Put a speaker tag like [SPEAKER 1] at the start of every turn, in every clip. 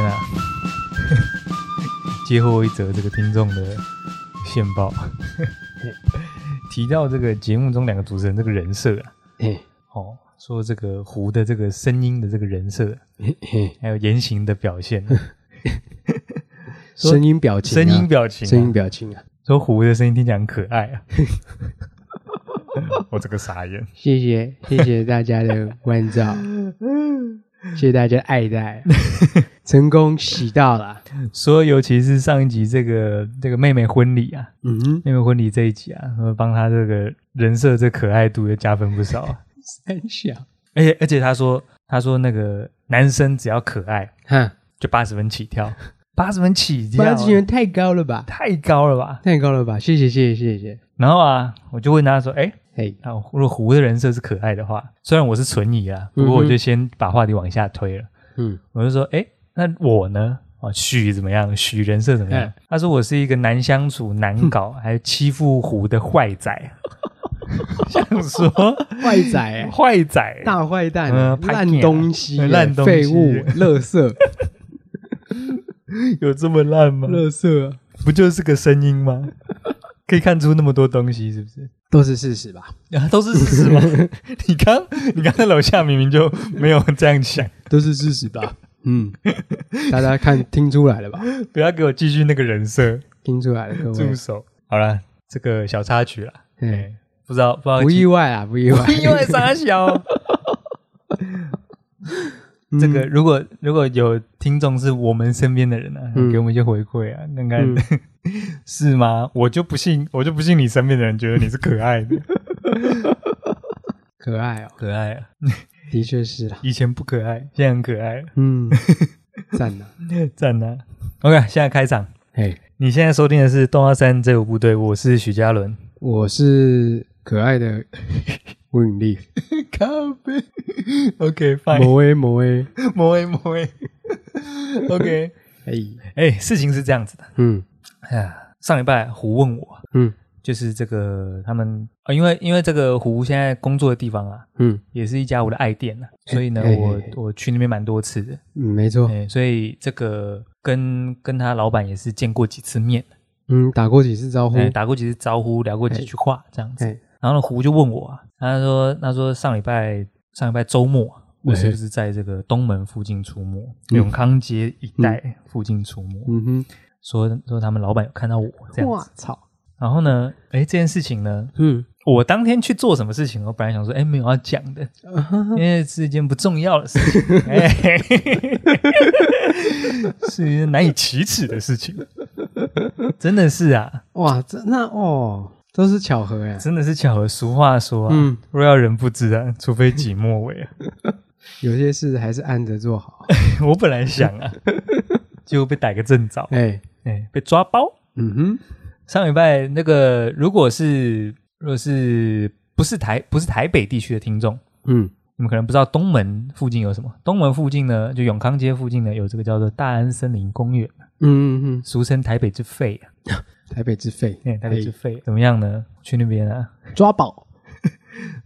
[SPEAKER 1] 啊 接获一则这个听众的线报， 提到这个节目中两个主持人这个人设啊，
[SPEAKER 2] 嘿
[SPEAKER 1] 哦，说这个胡的这个声音的这个人设，
[SPEAKER 2] 嘿嘿，
[SPEAKER 1] 还有言行的表现，
[SPEAKER 2] 声音表情啊，
[SPEAKER 1] 声音表情啊、
[SPEAKER 2] 声音表情啊，
[SPEAKER 1] 说胡的声音听起来很可爱啊， 我这个傻眼。
[SPEAKER 2] 谢谢谢谢大家的关照，谢谢大家的爱戴， 成功喜到了，
[SPEAKER 1] 说尤其是上一集这个这个妹妹婚礼啊，
[SPEAKER 2] 嗯哼，
[SPEAKER 1] 妹妹婚礼这一集啊，呃帮她这个人设这可爱度也加分不少啊。
[SPEAKER 2] 三小，
[SPEAKER 1] 而且而且她说她说那个男生只要可爱
[SPEAKER 2] 哈，
[SPEAKER 1] 就八十分起 跳，八十分起跳啊
[SPEAKER 2] 八十元太高了吧，
[SPEAKER 1] 太高了吧？
[SPEAKER 2] 太高了吧，谢谢谢谢谢谢，
[SPEAKER 1] 然后啊，我就问她说，哎，
[SPEAKER 2] 嘿，
[SPEAKER 1] 那如果胡的人设是可爱的话，虽然我是存疑啊，不过我就先把话题往下推了。
[SPEAKER 2] 嗯，
[SPEAKER 1] 我就说，哎，那我呢？啊，许怎么样？许人设怎么样
[SPEAKER 2] 嗯？
[SPEAKER 1] 他说我是一个难相处、难搞， 还欺负虎的坏仔， 想说
[SPEAKER 2] 坏仔欸
[SPEAKER 1] 坏仔。
[SPEAKER 2] 大坏蛋
[SPEAKER 1] 呃
[SPEAKER 2] 啊，
[SPEAKER 1] 拍
[SPEAKER 2] 烂
[SPEAKER 1] 片啊
[SPEAKER 2] 东西欸，
[SPEAKER 1] 烂东西
[SPEAKER 2] 废物，垃圾，
[SPEAKER 1] 有这么烂吗
[SPEAKER 2] 垃圾啊，
[SPEAKER 1] 不就是个声音 吗？可以看出那么多东西，是不是？
[SPEAKER 2] 都是事实吧，
[SPEAKER 1] 啊，都是事实 吗？你刚你刚在楼下明明就没有这样想，
[SPEAKER 2] 都是事实吧，嗯， 大家看听出来了吧？
[SPEAKER 1] 不要给我继续那个人设
[SPEAKER 2] 听出来了， 各位
[SPEAKER 1] 助，手。好了，这个小插曲啦，
[SPEAKER 2] 嗯，
[SPEAKER 1] 哎，不知道不知道
[SPEAKER 2] 不意外啊，不意外，
[SPEAKER 1] 因为傻小。
[SPEAKER 2] 嗯
[SPEAKER 1] 这个如果如果有听众是我们身边的人啊，
[SPEAKER 2] 嗯
[SPEAKER 1] 给我们一些回馈啊，看看、
[SPEAKER 2] 嗯
[SPEAKER 1] 是吗？我就不信，我就不信你身边的人觉得你是可爱的，
[SPEAKER 2] 可爱哦，
[SPEAKER 1] 可爱啊！
[SPEAKER 2] 的确是啦，
[SPEAKER 1] 以前不可爱，现在很可爱了，
[SPEAKER 2] 嗯，赞呐，
[SPEAKER 1] 赞呐、OK，现在开场，
[SPEAKER 2] 嘿，
[SPEAKER 1] 你现在收听的是《动画三》这五部队，我是许嘉伦。
[SPEAKER 2] 我是可爱的吴允丽，
[SPEAKER 1] 咖啡，OK，fine，
[SPEAKER 2] 某 A 某 A，
[SPEAKER 1] 摸一摸一 ，OK。
[SPEAKER 2] 哎，
[SPEAKER 1] 哎，事情是这样子的，
[SPEAKER 2] 嗯
[SPEAKER 1] 哎呀，上礼拜胡问我，
[SPEAKER 2] 嗯
[SPEAKER 1] 就是这个他们啊、因为因为这个胡现在工作的地方啊，
[SPEAKER 2] 嗯
[SPEAKER 1] 也是一家我的爱店啊，所以呢，
[SPEAKER 2] 嘿嘿
[SPEAKER 1] 我
[SPEAKER 2] 嘿
[SPEAKER 1] 我去那边蛮多次的，
[SPEAKER 2] 嗯，没错，
[SPEAKER 1] 哎，所以这个跟跟他老板也是见过几次面，
[SPEAKER 2] 嗯，打过几次招呼，
[SPEAKER 1] 哎，打过几次招呼，聊过几句话这样子。
[SPEAKER 2] 哎，
[SPEAKER 1] 然后呢，胡就问我啊，他说他说上礼拜上礼拜周末啊、我是
[SPEAKER 2] 嘿
[SPEAKER 1] 不是在这个东门附近出没，永康街一带附近出没？
[SPEAKER 2] 嗯
[SPEAKER 1] 说说他们老板有看到我这
[SPEAKER 2] 哼，
[SPEAKER 1] 样
[SPEAKER 2] 哇
[SPEAKER 1] 子。
[SPEAKER 2] 操，
[SPEAKER 1] 然后呢，哎，这件事情呢，
[SPEAKER 2] 嗯，
[SPEAKER 1] 我当天去做什么事情，我本来想说，哎，没有要讲的，
[SPEAKER 2] 啊哈哈
[SPEAKER 1] 因为是一件不重要的事 情，哎， 是一件难以启齿的事情，真的是啊，
[SPEAKER 2] 哇，这那哦，都是巧合哎，
[SPEAKER 1] 真的是巧合。俗话说啊，
[SPEAKER 2] 嗯，
[SPEAKER 1] 若要人不知啊，除非己莫为啊。
[SPEAKER 2] 有些事还是按着做好，
[SPEAKER 1] 我本来想啊，结果被逮个正着，
[SPEAKER 2] 哎，
[SPEAKER 1] 哎，被抓包。
[SPEAKER 2] 嗯哼，
[SPEAKER 1] 上礼拜那个，如果是如果是不是台不是台北地区的听众，
[SPEAKER 2] 嗯
[SPEAKER 1] 你们可能不知道东门附近有什么。东门附近呢，就永康街附近呢，有这个叫做大安森林公园，
[SPEAKER 2] 嗯嗯
[SPEAKER 1] 俗称台北之肺啊。
[SPEAKER 2] 嗯，台北之肺
[SPEAKER 1] 哎，台北之肺怎么样呢？去那边啊？
[SPEAKER 2] 抓宝，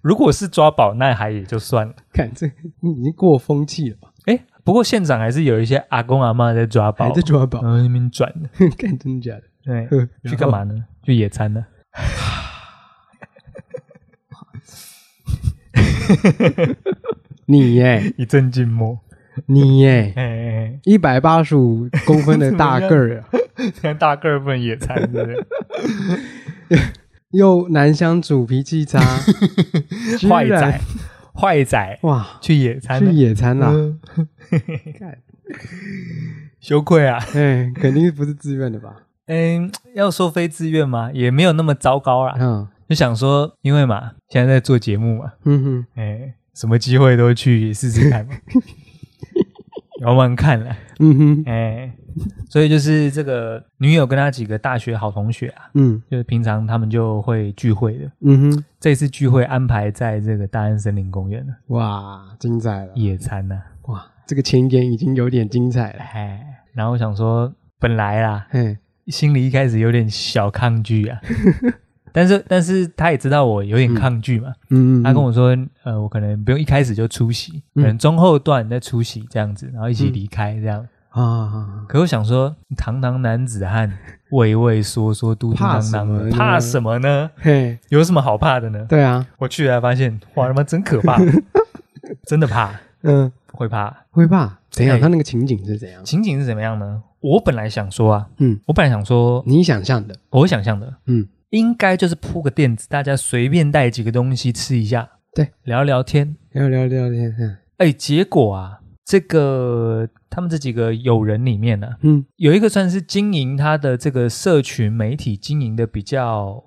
[SPEAKER 1] 如果是抓宝，那还也就算了。
[SPEAKER 2] 看这你已经过风气了吧，
[SPEAKER 1] 哎，不过现场还是有一些阿公阿妈在抓哎宝，
[SPEAKER 2] 还在抓宝
[SPEAKER 1] 然，后那边转的。
[SPEAKER 2] 看真的假的，
[SPEAKER 1] 对，
[SPEAKER 2] 呵
[SPEAKER 1] 去干？嘛呢？去野餐呢？
[SPEAKER 2] 你耶，
[SPEAKER 1] 一阵静默。
[SPEAKER 2] 你耶，
[SPEAKER 1] 哎哎
[SPEAKER 2] 一百八十五公分 的大个儿啊，
[SPEAKER 1] 哎，大个儿不能野餐，对不对？
[SPEAKER 2] 又难相处，脾 气差，居
[SPEAKER 1] 坏
[SPEAKER 2] 然
[SPEAKER 1] 仔，坏仔，
[SPEAKER 2] 哇，
[SPEAKER 1] 去野餐
[SPEAKER 2] 去
[SPEAKER 1] 了，
[SPEAKER 2] 野餐啊啦！
[SPEAKER 1] 嗯
[SPEAKER 2] 干
[SPEAKER 1] 羞愧啊！
[SPEAKER 2] 哎，肯定不是自愿的吧？
[SPEAKER 1] 嗯，要说非自愿吗？也没有那么糟糕啦。
[SPEAKER 2] 嗯
[SPEAKER 1] 就想说，因为嘛，现在在做节目嘛，
[SPEAKER 2] 嗯哼，
[SPEAKER 1] 哎，什么机会都去试试看嘛，玩玩看啦，
[SPEAKER 2] 嗯哼，
[SPEAKER 1] 哎，所以就是这个女友跟她几个大学好同学啊，
[SPEAKER 2] 嗯
[SPEAKER 1] 就是平常他们就会聚会的。
[SPEAKER 2] 嗯哼，
[SPEAKER 1] 这次聚会安排在这个大安森林公园了，
[SPEAKER 2] 哇，精彩了！
[SPEAKER 1] 野餐啊呐、
[SPEAKER 2] 哇，这个前言已经有点精彩了。
[SPEAKER 1] 哎，然后我想说，本来啦，
[SPEAKER 2] 嘿，
[SPEAKER 1] 心里一开始有点小抗拒 啊，但是但是他也知道我有点抗拒嘛，
[SPEAKER 2] 嗯嗯，
[SPEAKER 1] 他跟
[SPEAKER 2] 我
[SPEAKER 1] 我说，呃，我可能不用一开始就出席，可
[SPEAKER 2] 嗯
[SPEAKER 1] 能中后段再出席这样子，然后一起离开这样。
[SPEAKER 2] 啊，
[SPEAKER 1] 可我想说，堂堂男子汉，畏畏缩缩，嘟嘟囔囔的，
[SPEAKER 2] 怕
[SPEAKER 1] 怕
[SPEAKER 2] 什
[SPEAKER 1] 什么呢？
[SPEAKER 2] 嘿，
[SPEAKER 1] 有什么好怕的呢？
[SPEAKER 2] 对啊，
[SPEAKER 1] 我去了才发现，哇，他妈真可 怕，真的怕，
[SPEAKER 2] 嗯，
[SPEAKER 1] 会怕。
[SPEAKER 2] 会怕。怎样？
[SPEAKER 1] 哎
[SPEAKER 2] 他那个情景是怎样？
[SPEAKER 1] 情景是怎么样呢？我本来想说啊，
[SPEAKER 2] 嗯，
[SPEAKER 1] 我本来想说，
[SPEAKER 2] 你想象的，
[SPEAKER 1] 我想象的
[SPEAKER 2] 嗯，
[SPEAKER 1] 应该就是铺个垫子，大家随便带几个东西吃一下，
[SPEAKER 2] 对，
[SPEAKER 1] 聊聊天。
[SPEAKER 2] 聊聊聊天，嗯
[SPEAKER 1] 哎，结果啊，这个他们这几个友人里面呢、啊，
[SPEAKER 2] 嗯
[SPEAKER 1] 有一个算是经营他的这个社群媒体经营的比较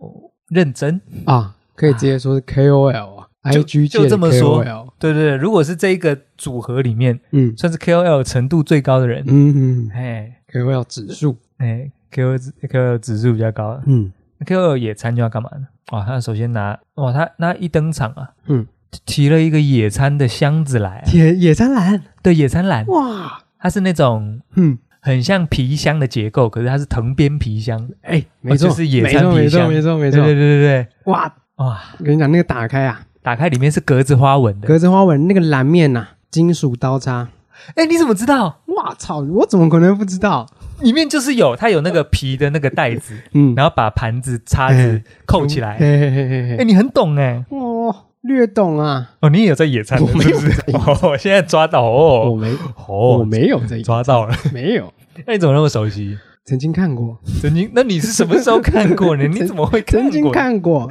[SPEAKER 1] 认真，
[SPEAKER 2] 啊，可以直接说是 KOL 啊
[SPEAKER 1] 就
[SPEAKER 2] ，IG 界
[SPEAKER 1] 就
[SPEAKER 2] 的
[SPEAKER 1] 这么说
[SPEAKER 2] KOL，
[SPEAKER 1] 对对对，如果是这一个组合里面
[SPEAKER 2] 嗯
[SPEAKER 1] 算是 KOL 程度最高的人，
[SPEAKER 2] 嗯嗯
[SPEAKER 1] 哎
[SPEAKER 2] ，KOL 指数，
[SPEAKER 1] 哎，KOL 指 KOL 指数比较高，啊
[SPEAKER 2] 嗯
[SPEAKER 1] KOL 野餐就要干嘛呢？哦，他首先拿哦，他那一登场啊，
[SPEAKER 2] 嗯，
[SPEAKER 1] 提了一个野餐的箱子来、啊，
[SPEAKER 2] 野野山兰，
[SPEAKER 1] 对，野餐篮，
[SPEAKER 2] 哇，
[SPEAKER 1] 它是那种
[SPEAKER 2] 嗯，
[SPEAKER 1] 很像皮箱的结构，可是它是藤编皮箱，
[SPEAKER 2] 哎，没错，
[SPEAKER 1] 哦就是野餐
[SPEAKER 2] 没
[SPEAKER 1] 皮
[SPEAKER 2] 错
[SPEAKER 1] 箱
[SPEAKER 2] 没错没
[SPEAKER 1] 对
[SPEAKER 2] 错
[SPEAKER 1] 对对
[SPEAKER 2] 没
[SPEAKER 1] 对
[SPEAKER 2] 错，
[SPEAKER 1] 对，
[SPEAKER 2] 哇，
[SPEAKER 1] 哇，
[SPEAKER 2] 我跟你讲，那个打开啊，
[SPEAKER 1] 打开里面是格子花纹的，
[SPEAKER 2] 格子花纹那个蓝面呐，金属刀叉，
[SPEAKER 1] 哎，你怎么知道？
[SPEAKER 2] 哇操，我怎么可能不知道？
[SPEAKER 1] 里面就是有，它有那个皮的那个袋 子，
[SPEAKER 2] 嗯，
[SPEAKER 1] 然后把盘子、叉子
[SPEAKER 2] 嗯
[SPEAKER 1] 扣起来。
[SPEAKER 2] 嘿嘿嘿嘿
[SPEAKER 1] 哎，
[SPEAKER 2] 嘿，
[SPEAKER 1] 你很懂哎，
[SPEAKER 2] 哦，略懂啊，
[SPEAKER 1] 哦，你也有在野餐的，
[SPEAKER 2] 我没有
[SPEAKER 1] 是不是？哦，现在抓到
[SPEAKER 2] 我
[SPEAKER 1] 哦，
[SPEAKER 2] 没我
[SPEAKER 1] 哦，
[SPEAKER 2] 没有 这一
[SPEAKER 1] 抓到了，
[SPEAKER 2] 没有，
[SPEAKER 1] 那你怎么那么熟悉？
[SPEAKER 2] 曾经看过，
[SPEAKER 1] 曾经，那你是什么时候看过 呢？你怎么会看
[SPEAKER 2] 曾
[SPEAKER 1] 过？
[SPEAKER 2] 经看过，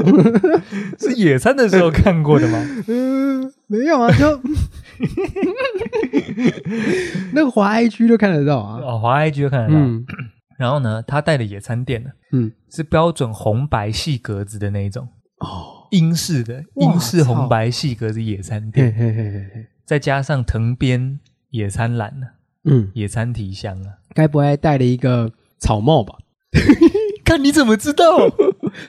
[SPEAKER 1] 是野餐的时候看过的吗？
[SPEAKER 2] 嗯，没有啊， 就那个滑 IG 就看得到啊。
[SPEAKER 1] 哦，华 IG 就看得到。
[SPEAKER 2] 嗯
[SPEAKER 1] 然后呢，他带的野餐垫呢，
[SPEAKER 2] 嗯，
[SPEAKER 1] 是标准红白细格子的那一种
[SPEAKER 2] 哦，
[SPEAKER 1] 英式的
[SPEAKER 2] 哇
[SPEAKER 1] 英式
[SPEAKER 2] 操
[SPEAKER 1] 红白细格子野餐
[SPEAKER 2] 嘿
[SPEAKER 1] 垫，
[SPEAKER 2] 嘿嘿嘿嘿，
[SPEAKER 1] 再加上藤编野餐篮呢、
[SPEAKER 2] 嗯，
[SPEAKER 1] 野餐提箱啊。
[SPEAKER 2] 该不会戴了一个草帽吧？
[SPEAKER 1] 看你怎么知道？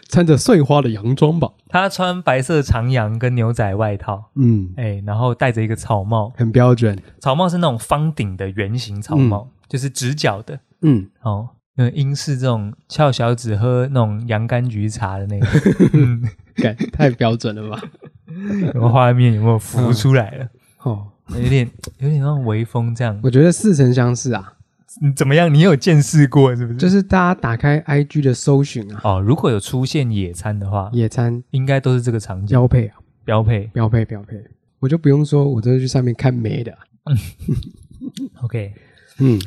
[SPEAKER 2] 穿着碎花的洋装吧？
[SPEAKER 1] 他穿白色长洋跟牛仔外套，
[SPEAKER 2] 嗯，
[SPEAKER 1] 哎，然后戴着一个草帽，
[SPEAKER 2] 很标准。
[SPEAKER 1] 草帽是那种方顶的圆形草帽，就是直角的。
[SPEAKER 2] 嗯，
[SPEAKER 1] 哦，那英式这种翘小指喝那种洋甘菊茶的那 个，嗯，
[SPEAKER 2] 感太标准了吧？
[SPEAKER 1] 有画面有没有浮出来了？
[SPEAKER 2] 哦，
[SPEAKER 1] 有点有点像微风这样。
[SPEAKER 2] 我觉得似曾相识啊，
[SPEAKER 1] 你怎么样？你有见识过是不是？
[SPEAKER 2] 就是大家打开 IG 的搜寻啊，
[SPEAKER 1] 哦，如果有出现野餐的话，
[SPEAKER 2] 野餐
[SPEAKER 1] 应该都是这个场景
[SPEAKER 2] 标配啊，
[SPEAKER 1] 标配。
[SPEAKER 2] 标配标配。我就不用说，我都是去上面看美的啊。
[SPEAKER 1] OK，
[SPEAKER 2] 嗯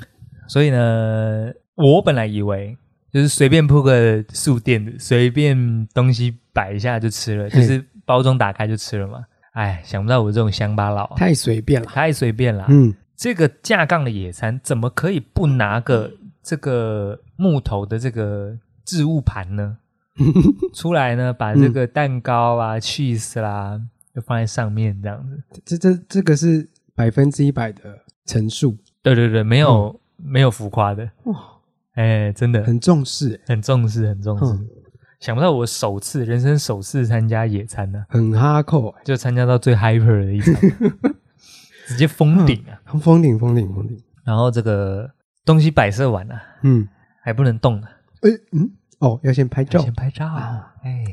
[SPEAKER 1] 所以呢，我本来以为。就是随便铺个树垫子，随便东西摆一下就吃了，就是包装打开就吃了嘛。哎，想不到我这种乡巴佬啊、
[SPEAKER 2] 太随便了。
[SPEAKER 1] 太随便了。
[SPEAKER 2] 嗯
[SPEAKER 1] 这个架杠的野餐怎么可以不拿个这个木头的这个置物盘 呢？出来呢，把这个蛋糕啊、cheese 啦，就放在上面这样子。
[SPEAKER 2] 这这这个是百分之一百的陈述，
[SPEAKER 1] 对对对，没有、没有浮夸的，
[SPEAKER 2] 哇，
[SPEAKER 1] 哎，真的
[SPEAKER 2] 很重视、欸，
[SPEAKER 1] 嗯很重视，很重视
[SPEAKER 2] 嗯。
[SPEAKER 1] 想不到我首次人生首次参加野餐呢、
[SPEAKER 2] 很哈扣、欸，
[SPEAKER 1] 就参加到最 hyper 的一 场，直接封顶啊！
[SPEAKER 2] 很封顶封顶封顶。
[SPEAKER 1] 然后这个东西摆设完了、啊，
[SPEAKER 2] 嗯，
[SPEAKER 1] 还不能动啊呢、
[SPEAKER 2] 哎、嗯，哦，要先拍照啊嗯
[SPEAKER 1] 先，拍照，哎，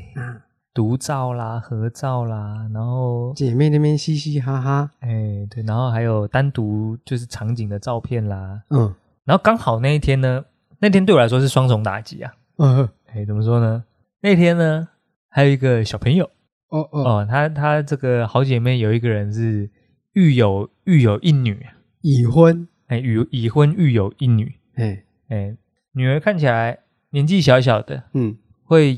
[SPEAKER 1] 独照啦、合照啦，然后
[SPEAKER 2] 姐妹那边嘻嘻哈哈，
[SPEAKER 1] 哎对，然后还有单独就是场景的照片啦。
[SPEAKER 2] 嗯
[SPEAKER 1] 然后刚好那一天呢，那天对我来说是双重打击啊。
[SPEAKER 2] 呃，
[SPEAKER 1] 哎，怎么说呢？那天呢，还有一个小朋友
[SPEAKER 2] 哦哦，
[SPEAKER 1] 哦，她她这个好姐妹有一个人是育有育有一女，啊
[SPEAKER 2] 已婚，
[SPEAKER 1] 哎，已已婚育有一女，
[SPEAKER 2] 哎、
[SPEAKER 1] 哎，女儿看起来年纪小小的，
[SPEAKER 2] 嗯
[SPEAKER 1] 会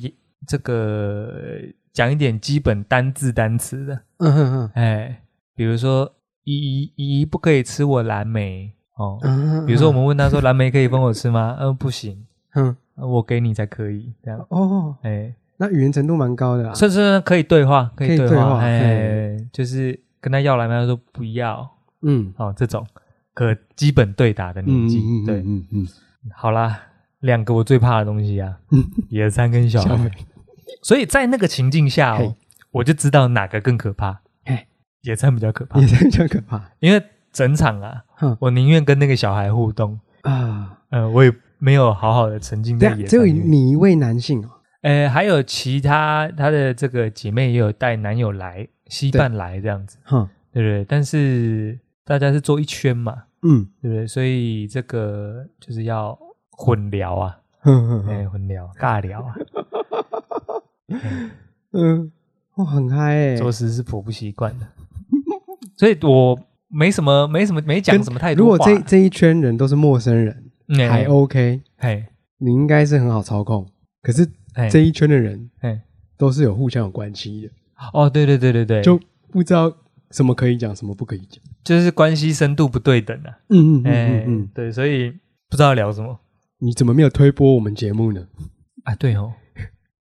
[SPEAKER 1] 这个讲一点基本单字单词的。
[SPEAKER 2] 嗯哼
[SPEAKER 1] 哎，比如说姨姨姨姨不可以吃我蓝莓哦。
[SPEAKER 2] 哼，
[SPEAKER 1] 比如说我们问他 说蓝莓可以分我吃吗？嗯、不行，
[SPEAKER 2] 嗯，
[SPEAKER 1] 呃我给你才可以这样。
[SPEAKER 2] 哦，
[SPEAKER 1] 哎，
[SPEAKER 2] 那语言程度蛮高的啊啦，
[SPEAKER 1] 甚至可以对话，可
[SPEAKER 2] 可以
[SPEAKER 1] 以对
[SPEAKER 2] 对话
[SPEAKER 1] 哎，就是跟他要蓝莓，他说不要
[SPEAKER 2] 嗯
[SPEAKER 1] 哦，这种可基本对答的年纪。对，
[SPEAKER 2] 嗯嗯，
[SPEAKER 1] 好啦，两个我最怕的东西啊
[SPEAKER 2] 嗯，
[SPEAKER 1] 野餐跟小
[SPEAKER 2] 小
[SPEAKER 1] 孩。
[SPEAKER 2] 美，
[SPEAKER 1] 所以在那个情境下
[SPEAKER 2] 嘿
[SPEAKER 1] 哦，我就知道哪个更可怕
[SPEAKER 2] 嘿。
[SPEAKER 1] 野餐比较可怕
[SPEAKER 2] 也，是很可 怕
[SPEAKER 1] 因为整场啊，
[SPEAKER 2] 哼
[SPEAKER 1] 我宁愿跟那个小孩互动，
[SPEAKER 2] 啊。
[SPEAKER 1] 呃，我也没有好好的沉浸
[SPEAKER 2] 对
[SPEAKER 1] 在
[SPEAKER 2] 啊
[SPEAKER 1] 野，
[SPEAKER 2] 只
[SPEAKER 1] 餐
[SPEAKER 2] 有
[SPEAKER 1] 里面。
[SPEAKER 2] 你一位男性哦，
[SPEAKER 1] 呃，还有其他她的这个姐妹也有带男友来，西半来这样子，
[SPEAKER 2] 哼，
[SPEAKER 1] 对不对？但是大家是坐一圈嘛，
[SPEAKER 2] 嗯，
[SPEAKER 1] 对不对？所以这个就是要混聊啊，
[SPEAKER 2] 哼哼
[SPEAKER 1] 哎、
[SPEAKER 2] 哼
[SPEAKER 1] 混聊尬聊 啊，
[SPEAKER 2] 嗯，哇，很嗨哎、
[SPEAKER 1] 着实是颇不习惯的。 所以我没什么，没什么，没讲
[SPEAKER 2] 跟
[SPEAKER 1] 什么太
[SPEAKER 2] 如
[SPEAKER 1] 多话。
[SPEAKER 2] 果这这一圈人都是陌生人，
[SPEAKER 1] 嗯
[SPEAKER 2] 还 OK，
[SPEAKER 1] 哎
[SPEAKER 2] 你应该是很好操控。可是
[SPEAKER 1] 哎
[SPEAKER 2] 这一圈的人
[SPEAKER 1] 哎
[SPEAKER 2] 都是有互相有关系的，
[SPEAKER 1] 哦，对对对对对，
[SPEAKER 2] 就不知道什么可以讲，什么不可以讲。
[SPEAKER 1] 就是关系深度不对等啊。
[SPEAKER 2] 嗯嗯
[SPEAKER 1] 哎
[SPEAKER 2] 嗯、嗯嗯，
[SPEAKER 1] 对，所以不知道聊什么
[SPEAKER 2] 你怎么没有推播我们节目呢？
[SPEAKER 1] 啊？对哦，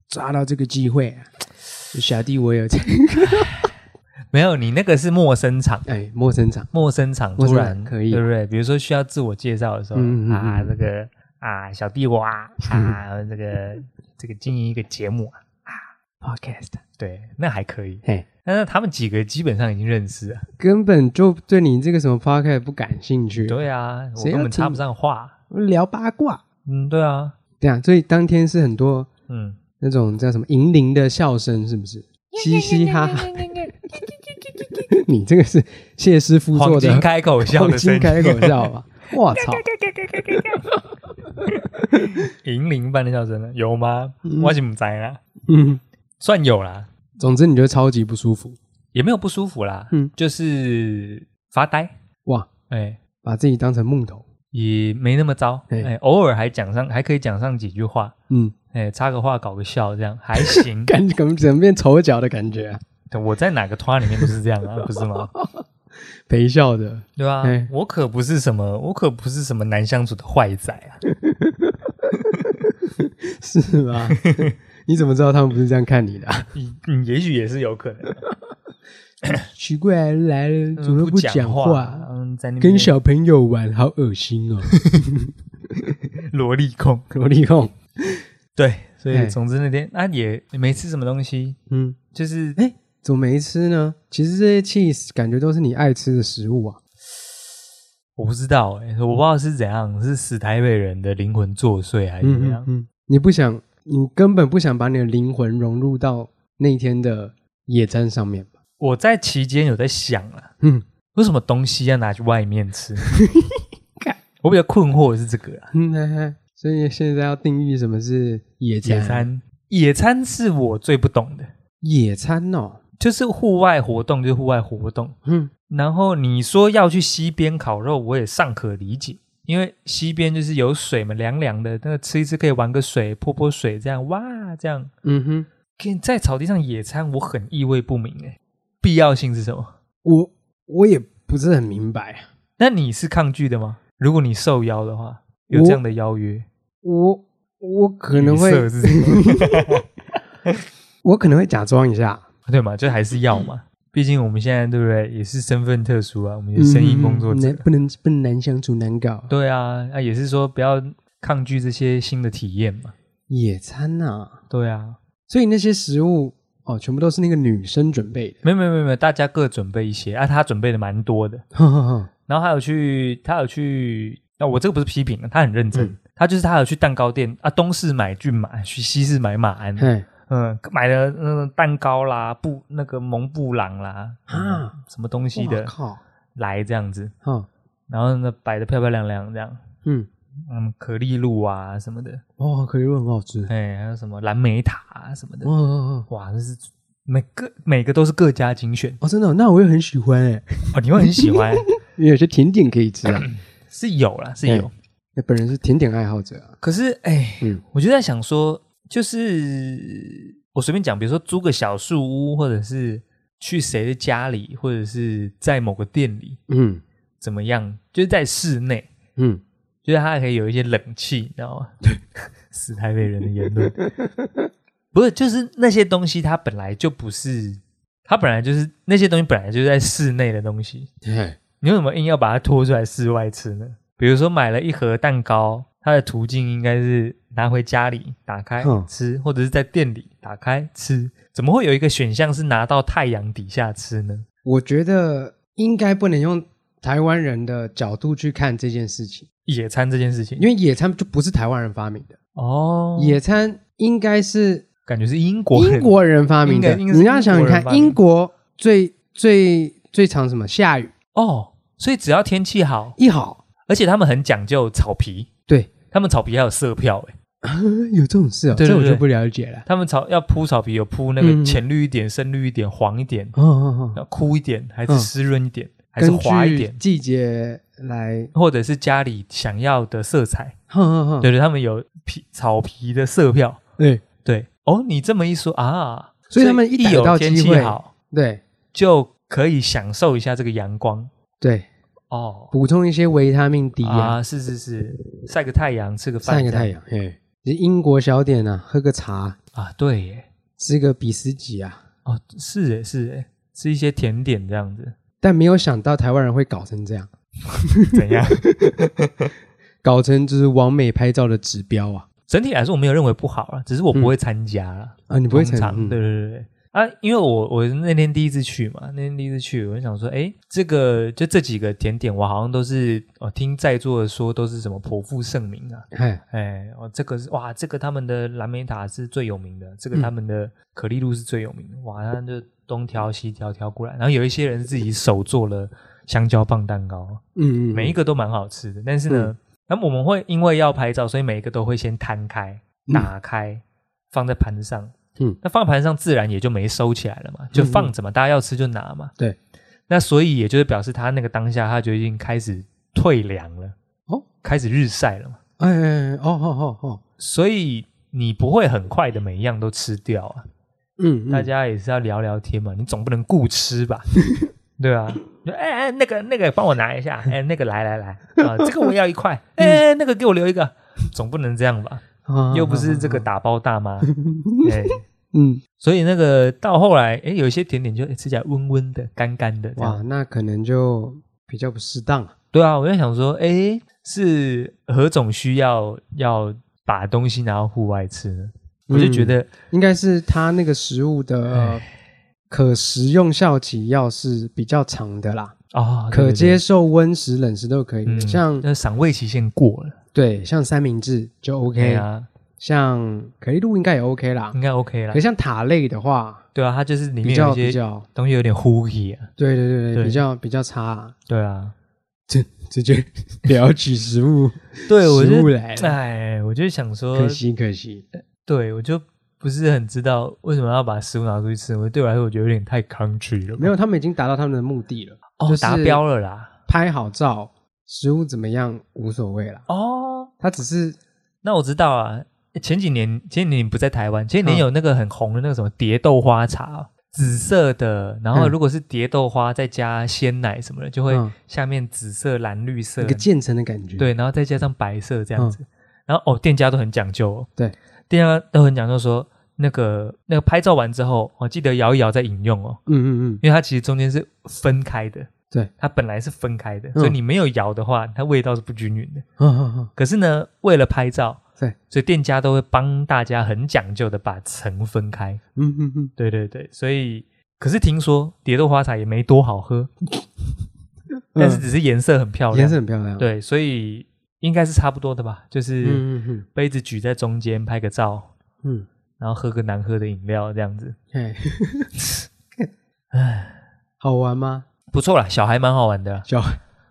[SPEAKER 2] 抓到这个机会、啊，小弟我有在
[SPEAKER 1] 没有，你那个是陌生场，
[SPEAKER 2] 哎，陌生场，
[SPEAKER 1] 陌生场
[SPEAKER 2] 陌
[SPEAKER 1] 突
[SPEAKER 2] 生场
[SPEAKER 1] 然
[SPEAKER 2] 可以啊
[SPEAKER 1] 对不对？比如说需要自我介绍的时候、
[SPEAKER 2] 嗯嗯嗯
[SPEAKER 1] 啊，这个啊，小弟我 啊，啊，这个这个经营一个节目啊啊，podcast，对，那还可以。
[SPEAKER 2] 嘿，
[SPEAKER 1] 但是他们几个基本上已经认识了，
[SPEAKER 2] 根本就对你这个什么 podcast 不感兴趣，
[SPEAKER 1] 对啊，我
[SPEAKER 2] 谁要
[SPEAKER 1] 根本插
[SPEAKER 2] 听
[SPEAKER 1] 不上话。
[SPEAKER 2] 聊八卦，
[SPEAKER 1] 嗯，对啊，
[SPEAKER 2] 对啊，所以当天是很多
[SPEAKER 1] 嗯，
[SPEAKER 2] 那种叫什么银铃的笑声，是不是？嘻嘻哈哈，你这个是谢师傅
[SPEAKER 1] 黄
[SPEAKER 2] 做的
[SPEAKER 1] 金开口笑
[SPEAKER 2] 黄
[SPEAKER 1] 的声
[SPEAKER 2] 金
[SPEAKER 1] 音，
[SPEAKER 2] 开口笑吧？我操！
[SPEAKER 1] 银铃般的笑声呢？有吗？
[SPEAKER 2] 嗯
[SPEAKER 1] 我是不知啦，
[SPEAKER 2] 嗯，
[SPEAKER 1] 算有啦，
[SPEAKER 2] 总之你就超级不舒服
[SPEAKER 1] 也没有不舒服啦，
[SPEAKER 2] 嗯
[SPEAKER 1] 就是发呆，
[SPEAKER 2] 哇，
[SPEAKER 1] 哎，
[SPEAKER 2] 把自己当成木头，
[SPEAKER 1] 也没那么糟，
[SPEAKER 2] 对
[SPEAKER 1] 哎，偶尔还讲上，还可以讲上几句话，
[SPEAKER 2] 嗯，。
[SPEAKER 1] 哎，插个话，搞个笑，这样还行
[SPEAKER 2] 感觉怎么变丑角的感觉、啊，
[SPEAKER 1] 我在哪个团里面不是这样 啊？不是吗？
[SPEAKER 2] 陪笑的，
[SPEAKER 1] 对吧、
[SPEAKER 2] 哎
[SPEAKER 1] 我可不是什么，我可不是什么难相处的坏仔啊！
[SPEAKER 2] 是吗？你怎么知道他们不是这样看你的、啊？
[SPEAKER 1] 你你也许也是有可能的，
[SPEAKER 2] 奇怪，来了怎么
[SPEAKER 1] 不
[SPEAKER 2] 讲
[SPEAKER 1] 话，嗯，在那边
[SPEAKER 2] 跟小朋友玩，好恶心哦！
[SPEAKER 1] 萝莉控。
[SPEAKER 2] 萝莉控，
[SPEAKER 1] 对，所以
[SPEAKER 2] 哎
[SPEAKER 1] 总之那天啊也没吃什么东西，
[SPEAKER 2] 嗯，
[SPEAKER 1] 就是
[SPEAKER 2] 哎，怎么没吃呢？其实这些 cheese 感觉都是你爱吃的食物啊。
[SPEAKER 1] 我不知道哎、我不知道是怎样，是死台北人的灵魂作祟还是怎样？
[SPEAKER 2] 嗯，你不想，你根本不想把你的灵魂融入到那天的野餐上面吧？
[SPEAKER 1] 我在期间有在想啊，
[SPEAKER 2] 嗯
[SPEAKER 1] 为什么东西要拿去外面 吃？我比较困惑的是这个啊，
[SPEAKER 2] 嗯，嘿嘿 所以现在要定义什么是野餐？
[SPEAKER 1] 野餐，野餐是我最不懂的，
[SPEAKER 2] 野餐哦，
[SPEAKER 1] 就是户外活动，就是户外活动。
[SPEAKER 2] 嗯
[SPEAKER 1] 然后你说要去溪边烤肉，我也尚可理解，因为溪边就是有水嘛，凉凉的，那吃一吃可以玩个水，泼泼水，这样哇，这样。
[SPEAKER 2] 嗯哼，
[SPEAKER 1] 跟在草地上野餐，我很意味不明哎，必要性是什么？
[SPEAKER 2] 我我也不是很明白，
[SPEAKER 1] 那你是抗拒的吗？如果你受邀的话，有
[SPEAKER 2] 我
[SPEAKER 1] 这样的邀约，
[SPEAKER 2] 我我可能
[SPEAKER 1] 语塞
[SPEAKER 2] 会，
[SPEAKER 1] 是什 么
[SPEAKER 2] 我可能会假装一下，
[SPEAKER 1] 啊对嘛？就还是要嘛，毕竟我们现在对不对，也是身份特殊啊，我们也是声音工作者，
[SPEAKER 2] 嗯难不能不能难相处难搞。
[SPEAKER 1] 对啊，那、也是说不要抗拒这些新的体验嘛，
[SPEAKER 2] 野餐啊，
[SPEAKER 1] 对啊，
[SPEAKER 2] 所以那些食物哦，全部都是那个女生准备的。
[SPEAKER 1] 没有没有没有没有，大家各准备一些啊，他准备的蛮多的，
[SPEAKER 2] 哈哈哈，
[SPEAKER 1] 然后还有去，他有去，那、我这个不是批评啊，他很认真，
[SPEAKER 2] 嗯
[SPEAKER 1] 他就是他有去蛋糕店啊，东市买骏马，去西市买马鞍，
[SPEAKER 2] 嘿，
[SPEAKER 1] 嗯，买了那个蛋糕啦，布那个蒙布朗啦，
[SPEAKER 2] 啊
[SPEAKER 1] 嗯什么东西
[SPEAKER 2] 哇
[SPEAKER 1] 的
[SPEAKER 2] 靠，
[SPEAKER 1] 来这样子，
[SPEAKER 2] 哈，
[SPEAKER 1] 然后呢摆的漂漂亮亮这样，
[SPEAKER 2] 哦嗯，
[SPEAKER 1] 嗯，可丽露啊什么的，
[SPEAKER 2] 哇，哦可丽露很好吃。
[SPEAKER 1] 哎，还有什么蓝莓塔啊什么的，
[SPEAKER 2] 哦哦哦
[SPEAKER 1] 哇，这是每个每个都是各家精选
[SPEAKER 2] 哦，真的哦、那我也很喜欢哎，
[SPEAKER 1] 哦，你会很喜 欢，
[SPEAKER 2] 因为有些甜点可以吃啊。
[SPEAKER 1] 是有啦，是有，
[SPEAKER 2] 那 本人是甜点爱好者啊。
[SPEAKER 1] 可是哎，
[SPEAKER 2] 嗯
[SPEAKER 1] 我就在想说，就是我随便讲，比如说租个小树屋，或者是去谁的家里，或者是在某个店里
[SPEAKER 2] 嗯
[SPEAKER 1] 怎么样，就是在室内，
[SPEAKER 2] 嗯，
[SPEAKER 1] 就是它还可以有一些冷气，你知道吗？ 死台北人的言论，不是，就是那些东西它本来就不是，它本来就是那些东西本来就是在室内的东西，
[SPEAKER 2] 嘿，
[SPEAKER 1] 你为什么硬要把它拖出来室外吃呢？比如说买了一盒蛋糕，它的途径应该是拿回家里打开
[SPEAKER 2] 嗯
[SPEAKER 1] 吃，或者是在店里打开吃。怎么会有一个选项是拿到太阳底下吃呢？
[SPEAKER 2] 我觉得应该不能用台湾人的角度去看这件事情，
[SPEAKER 1] 野餐这件事情
[SPEAKER 2] 因为野餐就不是台湾人发明的，
[SPEAKER 1] 哦，
[SPEAKER 2] 野餐应该是
[SPEAKER 1] 感觉是英国人
[SPEAKER 2] 英国人发明的。
[SPEAKER 1] 应该应该是
[SPEAKER 2] 你要想
[SPEAKER 1] 英国人
[SPEAKER 2] 想
[SPEAKER 1] 发
[SPEAKER 2] 看，
[SPEAKER 1] 明
[SPEAKER 2] 英国最最最常什么下雨，
[SPEAKER 1] 哦，所以只要天气好，
[SPEAKER 2] 一好，
[SPEAKER 1] 而且他们很讲究草皮，
[SPEAKER 2] 对，
[SPEAKER 1] 他们草皮还有色票、欸，
[SPEAKER 2] 有这种事哦，
[SPEAKER 1] 对对
[SPEAKER 2] 这我就
[SPEAKER 1] 对
[SPEAKER 2] 不了解了。
[SPEAKER 1] 他们草要铺草皮有铺那
[SPEAKER 2] 嗯
[SPEAKER 1] 个浅绿一点、深绿一点、黄一点，
[SPEAKER 2] 哦哦哦，
[SPEAKER 1] 要枯一点还
[SPEAKER 2] 嗯
[SPEAKER 1] 是湿润一点，还是
[SPEAKER 2] 根
[SPEAKER 1] 滑一
[SPEAKER 2] 据
[SPEAKER 1] 点，
[SPEAKER 2] 季节来，
[SPEAKER 1] 或者是家里想要的色彩，
[SPEAKER 2] 哼哼哼，
[SPEAKER 1] 对对，他们有皮草皮的色票，
[SPEAKER 2] 对
[SPEAKER 1] 对，哦，你这么一说啊，
[SPEAKER 2] 所以他们一
[SPEAKER 1] 一
[SPEAKER 2] 逮到
[SPEAKER 1] 有
[SPEAKER 2] 机
[SPEAKER 1] 天气
[SPEAKER 2] 会
[SPEAKER 1] 好
[SPEAKER 2] 对
[SPEAKER 1] 就可以享受一下这个阳光
[SPEAKER 2] 对，
[SPEAKER 1] 哦。
[SPEAKER 2] 补充一些维他命 D 啊，
[SPEAKER 1] 啊，是是是，晒个太阳，吃个饭，
[SPEAKER 2] 晒个太阳，哎，这英国小点啊，喝个茶，
[SPEAKER 1] 啊，对耶，
[SPEAKER 2] 吃个比斯吉啊，
[SPEAKER 1] 哦，是耶是耶，吃一些甜点这样子，
[SPEAKER 2] 但没有想到台湾人会搞成这样，
[SPEAKER 1] 怎 样？
[SPEAKER 2] 搞成就是完美拍照的指标啊
[SPEAKER 1] 整体来说，我没有认为不好啊，只是我不
[SPEAKER 2] 嗯
[SPEAKER 1] 会参加啦。
[SPEAKER 2] 啊，你不会
[SPEAKER 1] 通
[SPEAKER 2] 成
[SPEAKER 1] 常
[SPEAKER 2] 嗯
[SPEAKER 1] 对对对对啊，因为我我那天第一次去嘛，那天第一次去，我就想说，哎，这个就这几个甜点，我好像都是我听在座的说都是什么颇负盛名啊，
[SPEAKER 2] 哎，
[SPEAKER 1] 哎，哦，这个是哇，这个他们的蓝莓塔是最有名的，这个
[SPEAKER 2] 嗯
[SPEAKER 1] 他们的可丽露是最有名的，哇，他就东挑西挑挑过来，然后有一些人是自己手做了香蕉棒蛋糕，
[SPEAKER 2] 嗯嗯，
[SPEAKER 1] 每一
[SPEAKER 2] 个
[SPEAKER 1] 个都蛮好吃的，但是呢，那、么我们会因为要拍照，所以每一个都会先摊开、打开，放在盘子上。
[SPEAKER 2] 嗯
[SPEAKER 1] 那放在盘上自然也就没收起来了嘛，就放着嘛，大家要吃就拿嘛。
[SPEAKER 2] 对，
[SPEAKER 1] 那所以也就是表示他那个当下他就已经开始退凉了，
[SPEAKER 2] 哦，
[SPEAKER 1] 开始日晒了嘛，
[SPEAKER 2] 哎哎哎哦哦哦哦，
[SPEAKER 1] 所以你不会很快的每一样都吃掉啊。
[SPEAKER 2] 嗯，嗯
[SPEAKER 1] 大家也是要聊聊天嘛，你总不能顾吃 吧？对啊，就哎哎，那个那个帮我拿一下，哎，那个来来来 啊，这个我要一块，
[SPEAKER 2] 嗯
[SPEAKER 1] 哎，那个给我留一个，总不能这样吧？
[SPEAKER 2] 啊
[SPEAKER 1] 又不是这个，打包大妈，哎，
[SPEAKER 2] 嗯，
[SPEAKER 1] 所以那个到后来，哎，有一些甜点就哎吃起来温温的、干干的，哇
[SPEAKER 2] 哇，，那可能就比较不适当啊，
[SPEAKER 1] 对啊，我在想说，哎，是何种需要要把东西拿到户外吃呢？我就觉得
[SPEAKER 2] 应该是它那个食物的呃可食用效期要是比较长的啦，
[SPEAKER 1] 啊，对
[SPEAKER 2] 可
[SPEAKER 1] 对对
[SPEAKER 2] 接受温食冷食都可以，
[SPEAKER 1] 嗯，
[SPEAKER 2] 像
[SPEAKER 1] 那赏味期限过了，
[SPEAKER 2] 对像三明治就 OK，、
[SPEAKER 1] 对啊，
[SPEAKER 2] 像可丽露应该也 OK 啦，
[SPEAKER 1] 应该 OK 啦
[SPEAKER 2] 可。像塔类的话
[SPEAKER 1] 对啊，它就是嗯里
[SPEAKER 2] 比
[SPEAKER 1] 面
[SPEAKER 2] 较
[SPEAKER 1] 有
[SPEAKER 2] 比
[SPEAKER 1] 一些
[SPEAKER 2] 较，
[SPEAKER 1] 东西有点呼吸啊。
[SPEAKER 2] 对对对对，
[SPEAKER 1] 对
[SPEAKER 2] 比较比较差、啊，
[SPEAKER 1] 对啊，
[SPEAKER 2] 直接聊起食物
[SPEAKER 1] 对我
[SPEAKER 2] 食物
[SPEAKER 1] 就
[SPEAKER 2] 来了，
[SPEAKER 1] 哎，我就想说
[SPEAKER 2] 可，惜可惜，
[SPEAKER 1] 对我就不是很知道为什么要把食物拿出去吃。我对我来说，我觉得有点太 country 了吧，
[SPEAKER 2] 没有他们已经达到他们的目的了，
[SPEAKER 1] 哦
[SPEAKER 2] 就，是
[SPEAKER 1] 达标了啦。
[SPEAKER 2] 拍好照，食物怎么样无所谓啦，
[SPEAKER 1] 哦，
[SPEAKER 2] 他只是
[SPEAKER 1] 那我知道啊。前几年前几年你不在台湾，前几年
[SPEAKER 2] 嗯
[SPEAKER 1] 有那个很红的那个什么蝶豆花茶，紫色的，然后
[SPEAKER 2] 嗯
[SPEAKER 1] 如果是蝶豆花再加鲜奶什么的，就会
[SPEAKER 2] 嗯
[SPEAKER 1] 下面紫色、蓝绿色
[SPEAKER 2] 一个渐层的感觉，
[SPEAKER 1] 对，然后再加上白色这样子。然后哦，店家都很讲究、哦，
[SPEAKER 2] 嗯对，
[SPEAKER 1] 店家都很讲究说那个那个拍照完之后，我、哦、记得摇一摇再饮用哦，
[SPEAKER 2] 嗯嗯嗯，
[SPEAKER 1] 因为它其实中间是分开的，
[SPEAKER 2] 对，
[SPEAKER 1] 它本来是分开的，所以
[SPEAKER 2] 嗯
[SPEAKER 1] 你没有摇的话，它味道是不均匀的。
[SPEAKER 2] 好好 好，
[SPEAKER 1] 可是呢，为了拍照，
[SPEAKER 2] 对，
[SPEAKER 1] 所以店家都会帮大家很讲究的把层分开。
[SPEAKER 2] 嗯嗯嗯，
[SPEAKER 1] 对对对，所以可是听说蝶豆花茶也没多好喝，但是只是颜色很漂
[SPEAKER 2] 嗯颜
[SPEAKER 1] 亮，
[SPEAKER 2] 色很漂亮，，
[SPEAKER 1] 对，所以应该是差不多的吧，就是。
[SPEAKER 2] 嗯嗯嗯
[SPEAKER 1] 杯子举在中间拍个照，
[SPEAKER 2] 嗯，
[SPEAKER 1] 然后喝个难喝的饮料，这样子
[SPEAKER 2] 哎， 好玩吗？
[SPEAKER 1] 不错啦，小孩蛮好玩的啦。
[SPEAKER 2] 就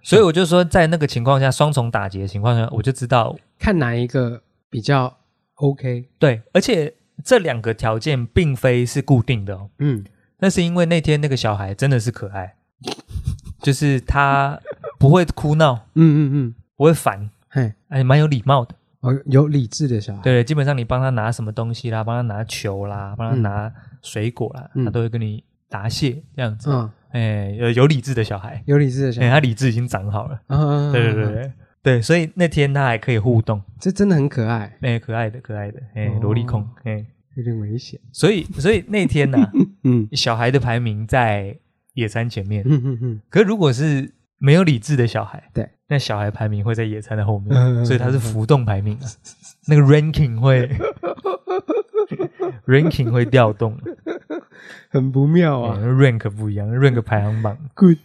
[SPEAKER 1] 所以我就说，在那个情况下，双重打击的情况下，我就知道，
[SPEAKER 2] 看哪一个比较 OK，
[SPEAKER 1] 对，而且这两个条件并非是固定的哦。
[SPEAKER 2] 嗯，
[SPEAKER 1] 那是因为那天那个小孩真的是可爱，就是他不会哭闹，
[SPEAKER 2] 嗯嗯嗯，
[SPEAKER 1] 不会烦，
[SPEAKER 2] 嘿，
[SPEAKER 1] 哎，蛮有礼貌的。
[SPEAKER 2] 哦，有理智的小孩，
[SPEAKER 1] 对，基本上你帮他拿什么东西啦，帮他拿球啦，帮他拿水果啦，
[SPEAKER 2] 嗯
[SPEAKER 1] 他都会跟你答谢这样子。
[SPEAKER 2] 嗯，
[SPEAKER 1] 哎，有有理智的小孩。
[SPEAKER 2] 有理智的小
[SPEAKER 1] 哎、
[SPEAKER 2] 孩，
[SPEAKER 1] 他理智已经长好了。
[SPEAKER 2] 嗯嗯，嗯
[SPEAKER 1] 对对对，对对，所以那天他还可以互动，
[SPEAKER 2] 这真的很可爱，
[SPEAKER 1] 哎、可爱的可爱的，哎、
[SPEAKER 2] 哦
[SPEAKER 1] 萝莉控，哎、
[SPEAKER 2] 有点危险，
[SPEAKER 1] 所以所以那天呢、
[SPEAKER 2] 嗯
[SPEAKER 1] 小孩的排名在野餐前面，
[SPEAKER 2] 嗯嗯嗯，
[SPEAKER 1] 可如果是没有理智的小孩，
[SPEAKER 2] 对，
[SPEAKER 1] 那小孩排名会在野餐的后面，
[SPEAKER 2] 嗯嗯嗯
[SPEAKER 1] 所以他是浮动排名啊，那个 ranking 会 ranking 会调动，
[SPEAKER 2] 很不妙
[SPEAKER 1] 哇、
[SPEAKER 2] 啊
[SPEAKER 1] rank 不一样，rank 排行榜。
[SPEAKER 2] ，Good，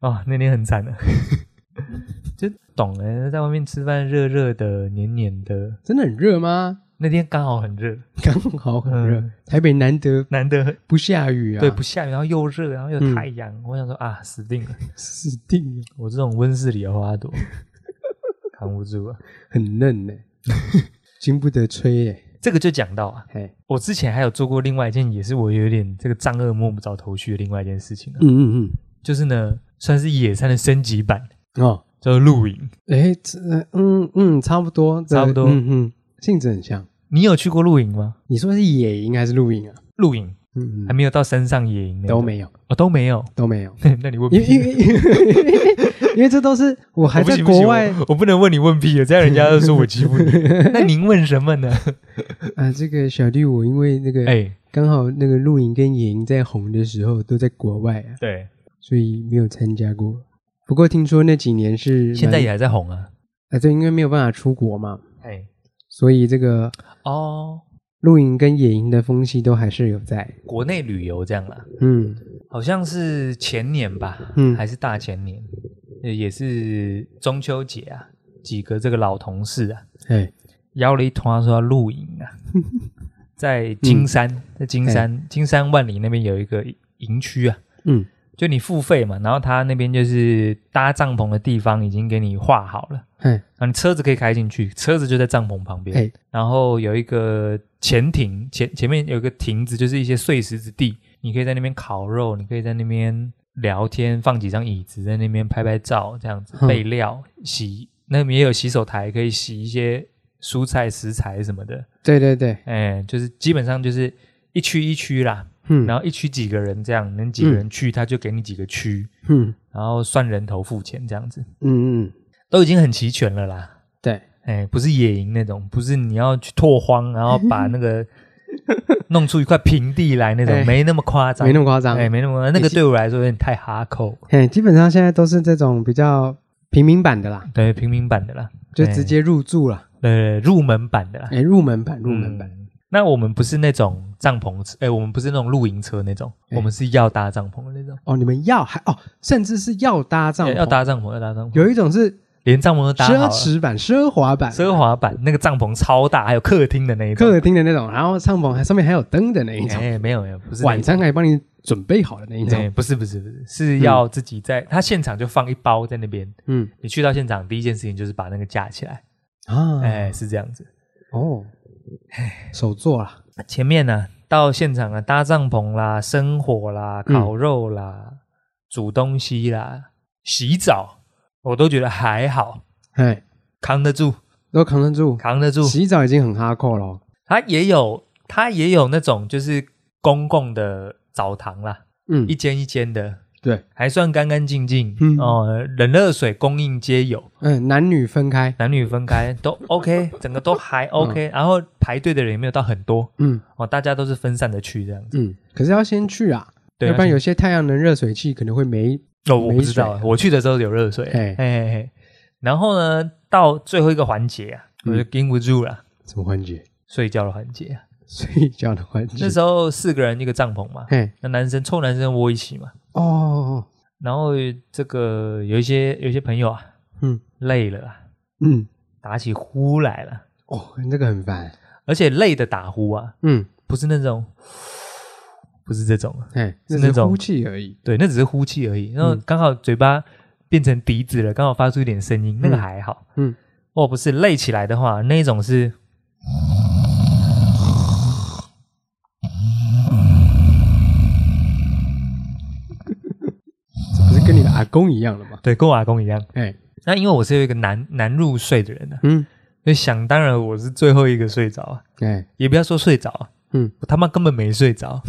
[SPEAKER 1] 哦，那天很惨 的，就懂了，在外面吃饭热热的、黏黏的，
[SPEAKER 2] 真的很热吗？
[SPEAKER 1] 那天刚好很热，
[SPEAKER 2] 刚好很热，
[SPEAKER 1] 嗯
[SPEAKER 2] 台北难得
[SPEAKER 1] 难得
[SPEAKER 2] 不下雨啊，
[SPEAKER 1] 对不下雨，然后又热，然后又
[SPEAKER 2] 嗯
[SPEAKER 1] 太阳，我想说啊，死定了，
[SPEAKER 2] 死定了，
[SPEAKER 1] 我这种温室里的花朵 扛不住了。啊
[SPEAKER 2] 很嫩 呢、经不得吹耶、
[SPEAKER 1] 这个就讲到啊，
[SPEAKER 2] 嘿，
[SPEAKER 1] 我之前还有做过另外一件，也是我有点这个丈二摸不着头绪的另外一件事情、啊，
[SPEAKER 2] 嗯嗯
[SPEAKER 1] 就是呢，算是野餐的升级版，
[SPEAKER 2] 嗯，哦，
[SPEAKER 1] 叫做露营。
[SPEAKER 2] 哎，这嗯嗯，差不多，这
[SPEAKER 1] 差不多
[SPEAKER 2] 嗯嗯，性质很像。
[SPEAKER 1] 你有去过露营吗？
[SPEAKER 2] 你说是野营还是露营啊？
[SPEAKER 1] 露营
[SPEAKER 2] 嗯
[SPEAKER 1] 还，没有到山上野营那种
[SPEAKER 2] 都没有，
[SPEAKER 1] 哦，都没有。
[SPEAKER 2] 都没 有，
[SPEAKER 1] 那你问
[SPEAKER 2] 因为因
[SPEAKER 1] 屁？
[SPEAKER 2] 为因为 这都是我还
[SPEAKER 1] 我不
[SPEAKER 2] 在
[SPEAKER 1] 行不行
[SPEAKER 2] 国外
[SPEAKER 1] 我，我不能问你问屁了，这样人家就说我欺负 你。那您问什么呢？
[SPEAKER 2] 啊。这个小弟，我因为那个
[SPEAKER 1] 哎，
[SPEAKER 2] 刚好那个露营跟野营在红的时候都在国外啊，
[SPEAKER 1] 对，
[SPEAKER 2] 所以没有参加过。不过听说那几年是蛮
[SPEAKER 1] 现在也还在红啊。
[SPEAKER 2] 啊，对，因为没有办法出国嘛，
[SPEAKER 1] 哎，
[SPEAKER 2] 所以这个
[SPEAKER 1] 哦，
[SPEAKER 2] 露营跟野营的风气都还是有在。
[SPEAKER 1] 国内旅游这样啦，
[SPEAKER 2] 嗯
[SPEAKER 1] 好像是前年吧，
[SPEAKER 2] 嗯
[SPEAKER 1] 还是大前年，也也是中秋节啊，几个这个老同事啊，
[SPEAKER 2] 哎，
[SPEAKER 1] 邀了一团说要露营 啊，在金
[SPEAKER 2] 嗯
[SPEAKER 1] 山，在金
[SPEAKER 2] 哎
[SPEAKER 1] 山，金山万里那边有一个营区啊，
[SPEAKER 2] 嗯
[SPEAKER 1] 就你付费嘛，然后他那边就是搭帐篷的地方已经给你画好了，
[SPEAKER 2] 哎
[SPEAKER 1] 然后你车子可以开进去，车子就在帐篷旁边，
[SPEAKER 2] 哎
[SPEAKER 1] 然后有一个前庭，前前面有一个亭子，就是一些碎石子地，你可以在那边烤肉，你可以在那边聊天，放几张椅子在那边拍拍照，这样子
[SPEAKER 2] 嗯
[SPEAKER 1] 备料、洗，那边也有洗手台，可以洗一些蔬菜食材什么的，
[SPEAKER 2] 对对对，
[SPEAKER 1] 哎，就是基本上就是一区一区啦，
[SPEAKER 2] 嗯，
[SPEAKER 1] 然
[SPEAKER 2] 后
[SPEAKER 1] 后一区几个人这样，能几个人去他就给你几个区，
[SPEAKER 2] 嗯
[SPEAKER 1] 然后算人头付钱这样子，
[SPEAKER 2] 嗯嗯，
[SPEAKER 1] 都已经很齐全了啦。
[SPEAKER 2] 对，
[SPEAKER 1] 哎，不是野营那种，不是你要去拓荒，然后把那 个弄出一块平地来那种
[SPEAKER 2] 哎，
[SPEAKER 1] 没那么夸张，
[SPEAKER 2] 没那么夸张。
[SPEAKER 1] 哎，没那么夸张那
[SPEAKER 2] 也
[SPEAKER 1] 个
[SPEAKER 2] 是
[SPEAKER 1] 对我来说有点太哈扣，
[SPEAKER 2] 嘿，基本上现在都是这种比较平民版的啦，
[SPEAKER 1] 对，平民版的啦，
[SPEAKER 2] 就直接入住啦，
[SPEAKER 1] 呃入门版的啦，
[SPEAKER 2] 哎，入门版，入门版，
[SPEAKER 1] 嗯那我们不是那种帐篷车，哎，我们不是那种露营车那种，
[SPEAKER 2] 哎
[SPEAKER 1] 我们是要搭帐篷的那种，
[SPEAKER 2] 哦，你们要还哦，甚至是要搭帐
[SPEAKER 1] 哎
[SPEAKER 2] 篷，
[SPEAKER 1] 要，搭帐篷，要搭帐篷，
[SPEAKER 2] 有一种是
[SPEAKER 1] 连帐篷都搭好
[SPEAKER 2] 奢
[SPEAKER 1] 了，
[SPEAKER 2] 侈版、奢华版、
[SPEAKER 1] 奢华版那个帐篷超大，还有客厅的那一种，
[SPEAKER 2] 客厅的那种，然后帐篷还上面还有灯的那一种，
[SPEAKER 1] 哎，没有没有，不是那哎
[SPEAKER 2] 晚
[SPEAKER 1] 一种
[SPEAKER 2] 餐还帮你准备好的那一
[SPEAKER 1] 对，
[SPEAKER 2] 种，
[SPEAKER 1] 不是不是不是，是要自己在、他现场就放一包在那边。
[SPEAKER 2] 嗯
[SPEAKER 1] 你去到现场，第一件事情就是把那个架起来，
[SPEAKER 2] 啊，
[SPEAKER 1] 哎、是这样子。
[SPEAKER 2] 哦，哎手作啦，
[SPEAKER 1] 前面呢、到现场啊，搭帐篷啦、生火啦、
[SPEAKER 2] 嗯
[SPEAKER 1] 烤肉啦、煮东西啦、洗澡，我都觉得还好，
[SPEAKER 2] 哎，
[SPEAKER 1] 扛得住，
[SPEAKER 2] 都扛得住，
[SPEAKER 1] 扛得住。
[SPEAKER 2] 洗澡已经很哈扣了哦，
[SPEAKER 1] 他也有，他也有那种就是公共的澡堂啦，
[SPEAKER 2] 嗯
[SPEAKER 1] 一，间一间的，
[SPEAKER 2] 对，
[SPEAKER 1] 还算干干净净。
[SPEAKER 2] 嗯
[SPEAKER 1] 哦，冷热水供应皆有。
[SPEAKER 2] 嗯，男女分开，
[SPEAKER 1] 男女分开 都 OK，整个都还 OK，、然后排队的人也没有到很多
[SPEAKER 2] 嗯
[SPEAKER 1] 哦，大家都是分散的去这样子。
[SPEAKER 2] 嗯，可是要先去啊，
[SPEAKER 1] 对，
[SPEAKER 2] 要不然
[SPEAKER 1] 而
[SPEAKER 2] 有些太阳能热水器可能会没
[SPEAKER 1] 且哦，我不知
[SPEAKER 2] 没啊
[SPEAKER 1] 道，我去的时候有热水，
[SPEAKER 2] 嘿
[SPEAKER 1] 嘿嘿嘿。然后呢，到最后一个环节啊，
[SPEAKER 2] 嗯
[SPEAKER 1] 我就盯不住了，
[SPEAKER 2] 什么环节，
[SPEAKER 1] 睡觉的环节啊。
[SPEAKER 2] 睡觉的环节
[SPEAKER 1] 那。时候四个人一个帐篷嘛，
[SPEAKER 2] 嘿，
[SPEAKER 1] 那男生臭男生窝一起嘛。
[SPEAKER 2] 哦，
[SPEAKER 1] 然后这个有一些有一些朋友啊，
[SPEAKER 2] 嗯
[SPEAKER 1] 累了啊，
[SPEAKER 2] 嗯，
[SPEAKER 1] 打起呼来了，
[SPEAKER 2] 哦，这个很烦。
[SPEAKER 1] 而且累的打呼啊，
[SPEAKER 2] 嗯，
[SPEAKER 1] 不是那种，不是这种啊。
[SPEAKER 2] 嘿，
[SPEAKER 1] 是
[SPEAKER 2] 那
[SPEAKER 1] 那
[SPEAKER 2] 是
[SPEAKER 1] 种
[SPEAKER 2] 呼气而已。
[SPEAKER 1] 对，那只是呼气而已。然后
[SPEAKER 2] 嗯
[SPEAKER 1] 刚好嘴巴变成笛子了，刚好发出一点声音，那个
[SPEAKER 2] 嗯
[SPEAKER 1] 还好。
[SPEAKER 2] 嗯，
[SPEAKER 1] 哦，不是累起来的话，那一种是
[SPEAKER 2] 这不是跟你的阿公一样了吗？
[SPEAKER 1] 对，跟我阿公一样。
[SPEAKER 2] 哎，
[SPEAKER 1] 那因为我是一个难难入睡的人呢、啊，
[SPEAKER 2] 嗯，
[SPEAKER 1] 所以想当然我是最后一个睡着啊，
[SPEAKER 2] 哎，
[SPEAKER 1] 也不要说睡着啊，
[SPEAKER 2] 嗯，
[SPEAKER 1] 我他妈根本没睡 着。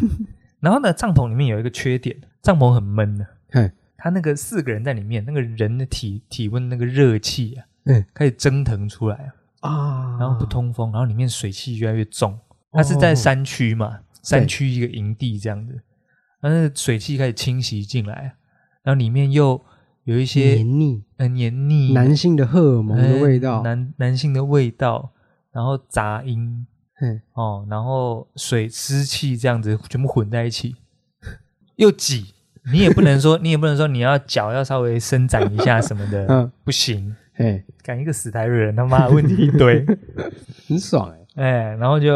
[SPEAKER 1] 然后呢，帐篷里面有一个缺点，帐篷很闷的、
[SPEAKER 2] 嘿，
[SPEAKER 1] 他那个四个人在里面，那个人的体体温那个热气啊，
[SPEAKER 2] 嗯，
[SPEAKER 1] 开始蒸腾出来啊。
[SPEAKER 2] 啊，
[SPEAKER 1] 然后不，通风，然后里面水汽越来越重。它是
[SPEAKER 2] 哦
[SPEAKER 1] 在山区嘛，山区一个营地这样子，但是水汽开始侵袭进来，然后里面又有一些
[SPEAKER 2] 黏腻，哎
[SPEAKER 1] 呃黏腻
[SPEAKER 2] 男性的荷尔蒙的味道
[SPEAKER 1] 呃。男男性的味道，然后杂音
[SPEAKER 2] 嘿，
[SPEAKER 1] 哦，然后水湿气这样子全部混在一起，又挤。你也不能说，你也不能说你要脚要稍微伸展一下什么的，
[SPEAKER 2] 嗯
[SPEAKER 1] 不行。
[SPEAKER 2] 哎，
[SPEAKER 1] 赶一个死台瑞人，他妈的问题一堆。
[SPEAKER 2] 很爽哎，
[SPEAKER 1] 哎，然后就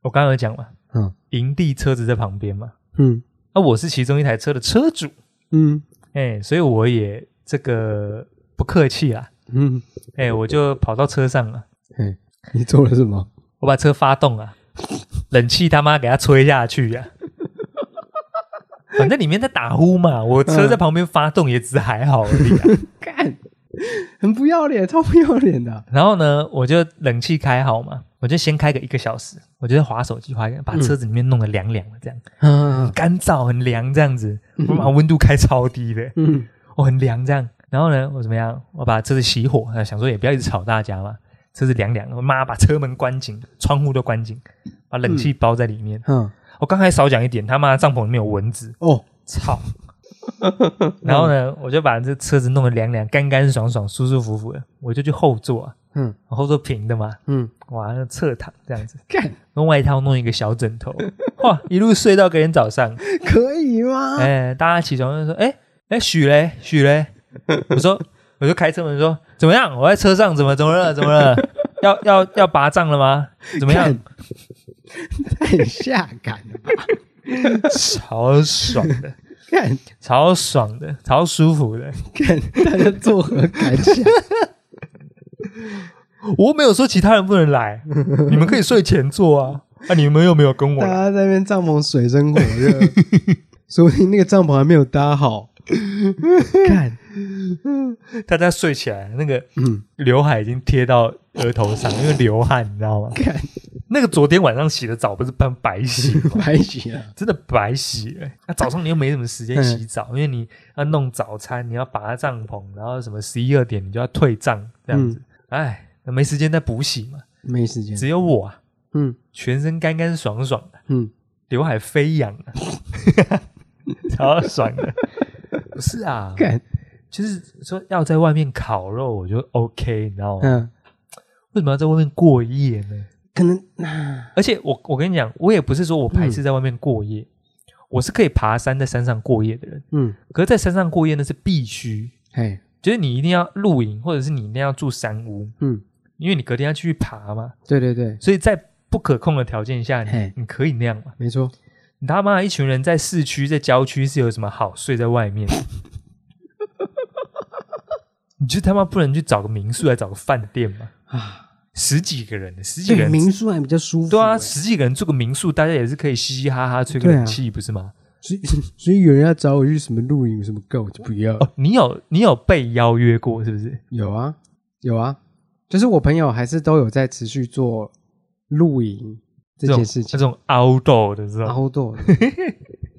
[SPEAKER 1] 我刚刚有讲嘛，
[SPEAKER 2] 嗯
[SPEAKER 1] 营地车子在旁边嘛，
[SPEAKER 2] 嗯
[SPEAKER 1] 啊，我是其中一台车的车主，
[SPEAKER 2] 嗯
[SPEAKER 1] 哎，所以我也这个不客气啦，
[SPEAKER 2] 嗯，
[SPEAKER 1] 哎，我就跑到车上了，
[SPEAKER 2] 哎，你做了什么？
[SPEAKER 1] 我把车发动啊，冷气他妈给它吹下去呀、反正里面在打呼嘛，我车在旁边发动也只还好而已、啊。
[SPEAKER 2] 干，很不要脸，超不要脸的。
[SPEAKER 1] 然后呢，我就冷气开好嘛，我就先开个一个小时，我就在划手机划一个，把车子里面弄得凉凉的，这样、
[SPEAKER 2] 嗯
[SPEAKER 1] 干燥很凉这样子，
[SPEAKER 2] 嗯
[SPEAKER 1] 我把温度开超低的，
[SPEAKER 2] 嗯
[SPEAKER 1] 我、很凉这样。然后呢，我怎么样？我把车子熄火，呃想说也不要一直吵大家嘛，车子凉凉的，我妈把车门关紧，窗户都关紧，把冷气包在里面。
[SPEAKER 2] 嗯，
[SPEAKER 1] 我刚才少讲一点，他妈帐篷里面有蚊子，
[SPEAKER 2] 哦，
[SPEAKER 1] 操！然后呢，我就把这车子弄得凉凉、干干爽爽、舒舒服服的，我就去后座、啊，
[SPEAKER 2] 嗯
[SPEAKER 1] 后座平的嘛，
[SPEAKER 2] 嗯，
[SPEAKER 1] 哇，那侧躺这样子，
[SPEAKER 2] 干，
[SPEAKER 1] 用外套弄一个小枕头，哇，一路睡到隔天早上。
[SPEAKER 2] 可以吗？
[SPEAKER 1] 哎、大家起床就说，哎、哎，许嘞许嘞，我说我就开车门说，怎么样？我在车上怎么怎么了？怎么了？要要要拔杖了吗？怎么样？
[SPEAKER 2] 太下感了吧？
[SPEAKER 1] 超爽的，
[SPEAKER 2] 干
[SPEAKER 1] 超爽的，超舒服的。
[SPEAKER 2] 干，大家作何 感想？
[SPEAKER 1] 我没有说其他人不能来，你们可以睡前座啊。啊，你们又没有跟我
[SPEAKER 2] 大
[SPEAKER 1] 来，
[SPEAKER 2] 家在那边帐篷水深火热，说不定那个帐篷还没有搭好。看，
[SPEAKER 1] 大家睡起来，那个
[SPEAKER 2] 嗯，
[SPEAKER 1] 刘海已经贴到额头上，因为流汗，你知道吗？
[SPEAKER 2] 看，
[SPEAKER 1] 那个昨天晚上洗的澡不是白白洗吗？
[SPEAKER 2] 白啊洗了。
[SPEAKER 1] 真的白洗哎、那、早上你又没什么时间洗澡，因为你要弄早餐，你要拔帐篷，然后什么十一二点你就要退帐这样子，哎、那没时间再补洗嘛。
[SPEAKER 2] 嗯没时间。
[SPEAKER 1] 只有我啊，
[SPEAKER 2] 嗯
[SPEAKER 1] 全身干干爽爽的，
[SPEAKER 2] 嗯，
[SPEAKER 1] 刘海飞扬啊， 超爽的。不是啊，
[SPEAKER 2] 干，
[SPEAKER 1] 就是说要在外面烤肉，我就 OK，你知道吗？
[SPEAKER 2] 嗯，
[SPEAKER 1] 为什么要在外面过夜呢？
[SPEAKER 2] 可能啊，
[SPEAKER 1] 而且我我跟你讲，我也不是说我排斥在外面过夜，我是可以爬山在山上过夜的人。
[SPEAKER 2] 嗯，
[SPEAKER 1] 可是，在山上过夜那是必须，
[SPEAKER 2] 哎，
[SPEAKER 1] 就是你一定要露营，或者是你一定要住山屋，
[SPEAKER 2] 嗯，
[SPEAKER 1] 因为你隔天要继续爬嘛。
[SPEAKER 2] 对对对，
[SPEAKER 1] 所以在不可控的条件下，你
[SPEAKER 2] 嘿
[SPEAKER 1] 你可以那样嘛？
[SPEAKER 2] 没错。
[SPEAKER 1] 你他妈一群人在市区、在郊区是有什么好睡在外面？ 你就他妈不能去找个民宿，来找个饭店嘛？
[SPEAKER 2] 啊，
[SPEAKER 1] 十几个人，十几个
[SPEAKER 2] 对，
[SPEAKER 1] 人，
[SPEAKER 2] 民宿还比较舒服、
[SPEAKER 1] 对啊，
[SPEAKER 2] 欸
[SPEAKER 1] 十几个人住个民宿，大家也是可以嘻嘻哈哈吹个
[SPEAKER 2] 对啊
[SPEAKER 1] 冷气，不是吗？
[SPEAKER 2] 所以 所以有人要找我去什么露营什么干，我就不要。
[SPEAKER 1] 哦，你有你有被邀约过是不是？
[SPEAKER 2] 有啊，有啊，就是我朋友还是都有在持续做露营这件事
[SPEAKER 1] 这
[SPEAKER 2] 情，
[SPEAKER 1] 种 outdoor 的这种，
[SPEAKER 2] 凹豆，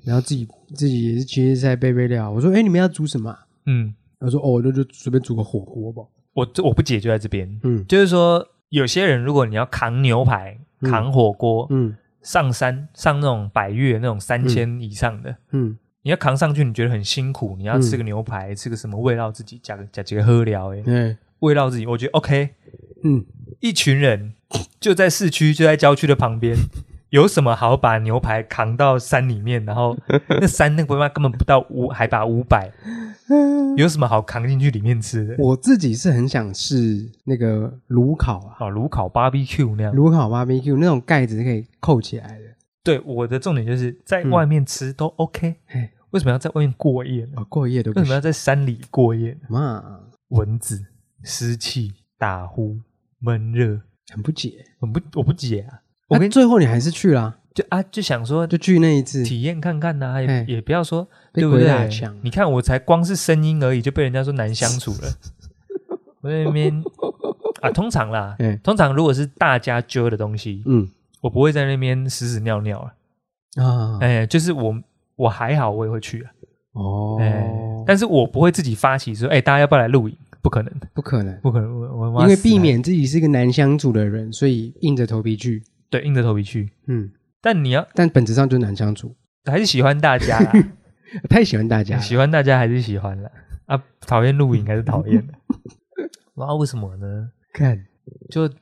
[SPEAKER 2] 然后自己自己也是其实在备备料。我说：“哎、你们要煮什么啊
[SPEAKER 1] 嗯，？”
[SPEAKER 2] 他说：“哦，那就随便煮个火锅吧。
[SPEAKER 1] 我这我不解就在这边，
[SPEAKER 2] 嗯
[SPEAKER 1] 就是说有些人如果你要扛牛排、
[SPEAKER 2] 嗯
[SPEAKER 1] 扛火锅、”
[SPEAKER 2] 嗯
[SPEAKER 1] 上山上那种百越那种三千以上的，
[SPEAKER 2] 嗯
[SPEAKER 1] 你要扛上去，你觉得很辛苦，你要吃个牛排，吃个什么慰劳自己，加个加几个喝聊，哎，
[SPEAKER 2] 哎
[SPEAKER 1] 慰劳自己，我觉得 OK。
[SPEAKER 2] 嗯，
[SPEAKER 1] 一群人就在市区，就在郊区的旁边，有什么好把牛排扛到山里面？然后那山那个妈根本不到五海拔五百，有什么好扛进去里面吃的？
[SPEAKER 2] 我自己是很想试那个炉烤啊，
[SPEAKER 1] 啊，炉烤 barbecue 那样。
[SPEAKER 2] 炉烤 BBQ 那种盖子是可以扣起来的。
[SPEAKER 1] 对，我的重点就是在外面吃都 OK，、
[SPEAKER 2] 嗯嘿，
[SPEAKER 1] 为什么要在外面过夜呢？
[SPEAKER 2] 哦，过夜都
[SPEAKER 1] 为
[SPEAKER 2] 不
[SPEAKER 1] 什么要
[SPEAKER 2] 行
[SPEAKER 1] 在山里过夜呢？
[SPEAKER 2] 嘛，
[SPEAKER 1] 蚊子、湿气、打呼、闷热，
[SPEAKER 2] 很不解。
[SPEAKER 1] 我不我不解啊！我
[SPEAKER 2] 我
[SPEAKER 1] 跟
[SPEAKER 2] 跟
[SPEAKER 1] 你
[SPEAKER 2] 最后你还是去啦，
[SPEAKER 1] 就啊就想说
[SPEAKER 2] 就去那一次，
[SPEAKER 1] 体验看看呐、也
[SPEAKER 2] 哎
[SPEAKER 1] 也不要说
[SPEAKER 2] 被
[SPEAKER 1] 对不
[SPEAKER 2] 鬼打
[SPEAKER 1] 对
[SPEAKER 2] 墙？
[SPEAKER 1] 你看我才光是声音而已，就被人家说难相处 了。我在那边啊，通常啦，
[SPEAKER 2] 哎
[SPEAKER 1] 通常如果是大家揪的东西，
[SPEAKER 2] 嗯
[SPEAKER 1] 我不会在那边屎屎尿尿啊。
[SPEAKER 2] 啊，
[SPEAKER 1] 哎，就是我我还好，我也会去啊。
[SPEAKER 2] 哦
[SPEAKER 1] 哎，，但是我不会自己发起说，哎，大家要不要来露营？不可能，
[SPEAKER 2] 不可能，
[SPEAKER 1] 不可能，我我
[SPEAKER 2] 因为避免自己是一个难相处的人，所以硬着头皮去。
[SPEAKER 1] 对硬着头皮去。
[SPEAKER 2] 嗯，
[SPEAKER 1] 但你要
[SPEAKER 2] 但本质上就是难相处。
[SPEAKER 1] 还是喜欢大家 啦，
[SPEAKER 2] 太喜欢大家了，
[SPEAKER 1] 喜欢大家还是喜欢啦。啊，讨厌露营还是讨 厌的。不知道为什么呢？
[SPEAKER 2] 看
[SPEAKER 1] 就是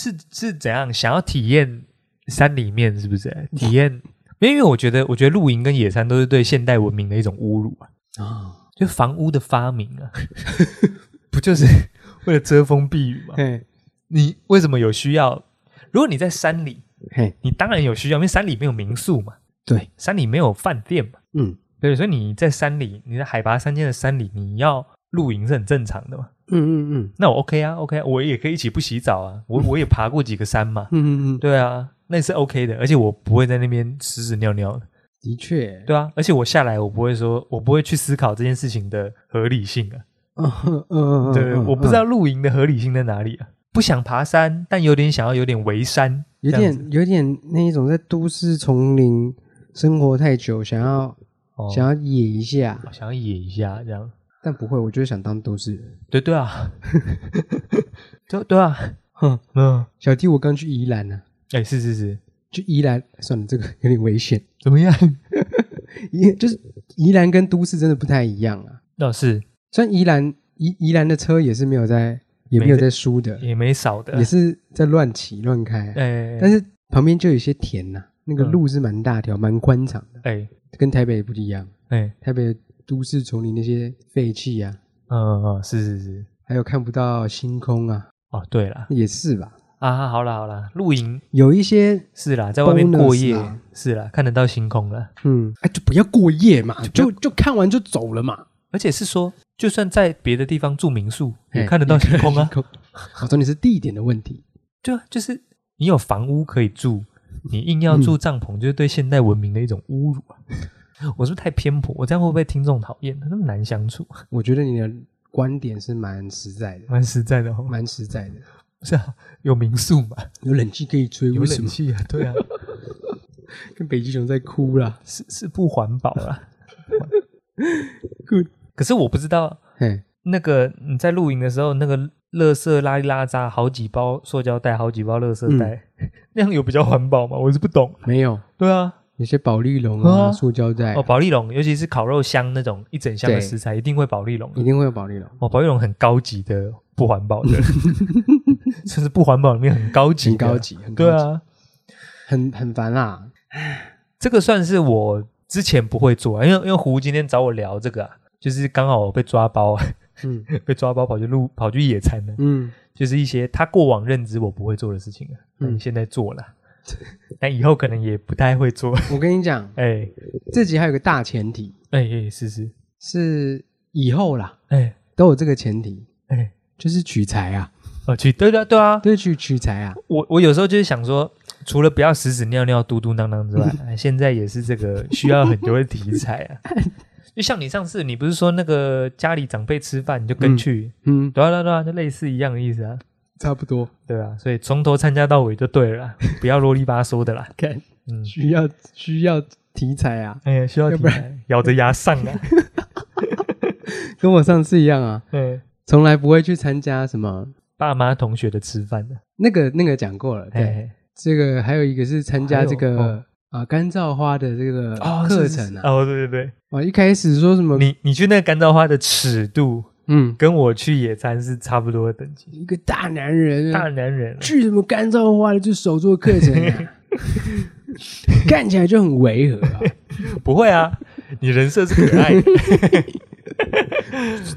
[SPEAKER 1] 是是怎样想要体验山里面是不是？体验，因为我觉得，我觉得露营跟野餐都是对现代文明的一种侮辱啊！
[SPEAKER 2] 啊，
[SPEAKER 1] 就房屋的发明啊，不就是 为了遮风避雨嘛。
[SPEAKER 2] 嘿，
[SPEAKER 1] 你为什么有需要？如果你在山里，
[SPEAKER 2] 嘿，
[SPEAKER 1] 你当然有需要，因为山里没有民宿嘛，
[SPEAKER 2] 对，
[SPEAKER 1] 山里没有饭店嘛，
[SPEAKER 2] 嗯
[SPEAKER 1] 对，所以你在山里，你在海拔三千的山里，你要露营是很正常的嘛。
[SPEAKER 2] 嗯嗯嗯
[SPEAKER 1] 那我 OK 啊，OK，啊我也可以一起不洗澡啊，我我也爬过几个山嘛，
[SPEAKER 2] 嗯嗯嗯，
[SPEAKER 1] 对啊，那是 OK 的，而且我不会在那边屎屎尿尿的，
[SPEAKER 2] 的确，
[SPEAKER 1] 对啊，而且我下来我不会说，我不会去思考这件事情的合理性啊，
[SPEAKER 2] 嗯嗯嗯，
[SPEAKER 1] 对，我不知道露营的合理性在哪里啊，不想爬山，但有点想要有点围山，
[SPEAKER 2] 嗯有
[SPEAKER 1] 这样子
[SPEAKER 2] 点有点那一种在都市丛林生活太久，想要、
[SPEAKER 1] 哦
[SPEAKER 2] 想要野一下，
[SPEAKER 1] 想要野一下这样，
[SPEAKER 2] 但不会，我就是想当都市人。
[SPEAKER 1] 对对啊， 对对啊，
[SPEAKER 2] 哼，
[SPEAKER 1] 嗯，
[SPEAKER 2] 小弟我刚去宜兰呢、啊，
[SPEAKER 1] 哎、是是是，
[SPEAKER 2] 去宜兰算了，这个有点危险。
[SPEAKER 1] 怎么样？
[SPEAKER 2] 宜就是宜兰跟都市真的不太一样啊。
[SPEAKER 1] 倒是
[SPEAKER 2] 虽然宜兰宜宜兰的车也是没有在也没有在输的，
[SPEAKER 1] 也没少的，
[SPEAKER 2] 也是在乱骑乱开啊、
[SPEAKER 1] 哎、
[SPEAKER 2] 但是旁边就有一些田呐、那个路是蛮大条、蛮宽敞的，
[SPEAKER 1] 哎
[SPEAKER 2] 跟台北不一样。
[SPEAKER 1] 哎
[SPEAKER 2] 台北都市丛林那些废气啊，
[SPEAKER 1] 嗯嗯嗯，是是是，
[SPEAKER 2] 还有看不到星空啊，
[SPEAKER 1] 哦对了
[SPEAKER 2] 也是吧？
[SPEAKER 1] 啊，好了好了，露营
[SPEAKER 2] 有一些，
[SPEAKER 1] 是啦，在外面
[SPEAKER 2] Bonus
[SPEAKER 1] 过夜
[SPEAKER 2] 啦
[SPEAKER 1] 是啦，看得到星空了，
[SPEAKER 2] 嗯，哎，就不要过夜嘛，就就看完就走了嘛，
[SPEAKER 1] 而且是说，就算在别的地方住民宿，也
[SPEAKER 2] 哎
[SPEAKER 1] 看得到星空啊。
[SPEAKER 2] 星空我重点是地点的问题，
[SPEAKER 1] 对啊，就是你有房屋可以住，你硬要住帐篷，就是对现代文明的一种侮辱啊！ 我是不是太偏颇？我这样会不会听众讨厌？那么难相处，
[SPEAKER 2] 我觉得你的观点是蛮实在的，
[SPEAKER 1] 蛮实在的哦。
[SPEAKER 2] 蛮实在的，
[SPEAKER 1] 是啊，有民宿嘛，
[SPEAKER 2] 有冷气可以吹，
[SPEAKER 1] 有
[SPEAKER 2] 为什
[SPEAKER 1] 冷
[SPEAKER 2] 么
[SPEAKER 1] 气啊， 对啊，
[SPEAKER 2] 跟北极熊在哭啦？
[SPEAKER 1] 是是不环保啊啦。
[SPEAKER 2] Good
[SPEAKER 1] 可是我不知道
[SPEAKER 2] 嘿，
[SPEAKER 1] 那个你在露营的时候，那个垃圾拉里拉渣，好几包塑胶袋，好几包垃圾袋，那样有比较环保吗？我是不懂。
[SPEAKER 2] 没有，
[SPEAKER 1] 嗯对啊，
[SPEAKER 2] 有些保利龙
[SPEAKER 1] 啊
[SPEAKER 2] 啊、塑胶袋啊
[SPEAKER 1] 哦，，保利龙，尤其是烤肉箱那种一整箱的
[SPEAKER 2] 对
[SPEAKER 1] 食材，一定会保利龙的
[SPEAKER 2] 一。定会有保利龙，
[SPEAKER 1] 哦，保育龙很高级的不环 保的，甚至不环保里面很高级
[SPEAKER 2] 很
[SPEAKER 1] 的，
[SPEAKER 2] 高级，很高
[SPEAKER 1] 对
[SPEAKER 2] 级，
[SPEAKER 1] 啊，
[SPEAKER 2] 很很烦啦，
[SPEAKER 1] 这个算是我之前不会做、啊，因为因为胡今天找我聊这个啊，就是刚好我被抓包，
[SPEAKER 2] 嗯
[SPEAKER 1] 被抓包跑去路跑去野餐了，
[SPEAKER 2] 嗯，
[SPEAKER 1] 就是一些他过往认知我不会做的事情啊，嗯，
[SPEAKER 2] 嗯
[SPEAKER 1] 现在做了，但以后可能也不太会做，
[SPEAKER 2] 我跟你讲，
[SPEAKER 1] 哎
[SPEAKER 2] 这集还有个大前提
[SPEAKER 1] 哎哎，是是，
[SPEAKER 2] 是以后啦，
[SPEAKER 1] 哎
[SPEAKER 2] 都有这个前提，
[SPEAKER 1] 哎，
[SPEAKER 2] 就是取材啊，
[SPEAKER 1] 我去，对对对啊，
[SPEAKER 2] 对，取取材啊，
[SPEAKER 1] 我我有时候就是想说，除了不要屎屎尿尿、嘟嘟囔囔之 外，哎现在也是这个需要很多的题材啊。就像你上次，你不是说那个家里长辈吃饭你就跟去，
[SPEAKER 2] 嗯，
[SPEAKER 1] 对啊对啊对啊，就类似一样的意思啊，
[SPEAKER 2] 差不多，
[SPEAKER 1] 对啊，所以从头参加到尾就对了啦，不要啰里吧嗦的啦。
[SPEAKER 2] 看
[SPEAKER 1] 嗯，
[SPEAKER 2] 需要需要题材啊，
[SPEAKER 1] 哎呀，需要
[SPEAKER 2] 要
[SPEAKER 1] 题
[SPEAKER 2] 不然
[SPEAKER 1] 材，咬着牙上 啊。
[SPEAKER 2] 跟我上次一样啊，
[SPEAKER 1] 嗯，
[SPEAKER 2] 从来不会去参加什么
[SPEAKER 1] 爸妈同学的吃饭的，
[SPEAKER 2] 那个那个讲过了，对，
[SPEAKER 1] 哎，
[SPEAKER 2] 这个还有一个是参加这
[SPEAKER 1] 还有哦
[SPEAKER 2] 个啊干燥花的这个课
[SPEAKER 1] 是是
[SPEAKER 2] 程
[SPEAKER 1] 是
[SPEAKER 2] 啊，
[SPEAKER 1] 哦，对对对，
[SPEAKER 2] 我一开始说什么，
[SPEAKER 1] 你你去那个干燥花的尺度，
[SPEAKER 2] 嗯，
[SPEAKER 1] 跟我去野餐是差不多的等级，
[SPEAKER 2] 一个大男人啊
[SPEAKER 1] 大男人了。
[SPEAKER 2] 去什么干燥花的这手作课程 啊，看起来就很违和 啊。
[SPEAKER 1] 不会啊，你人设是可爱的。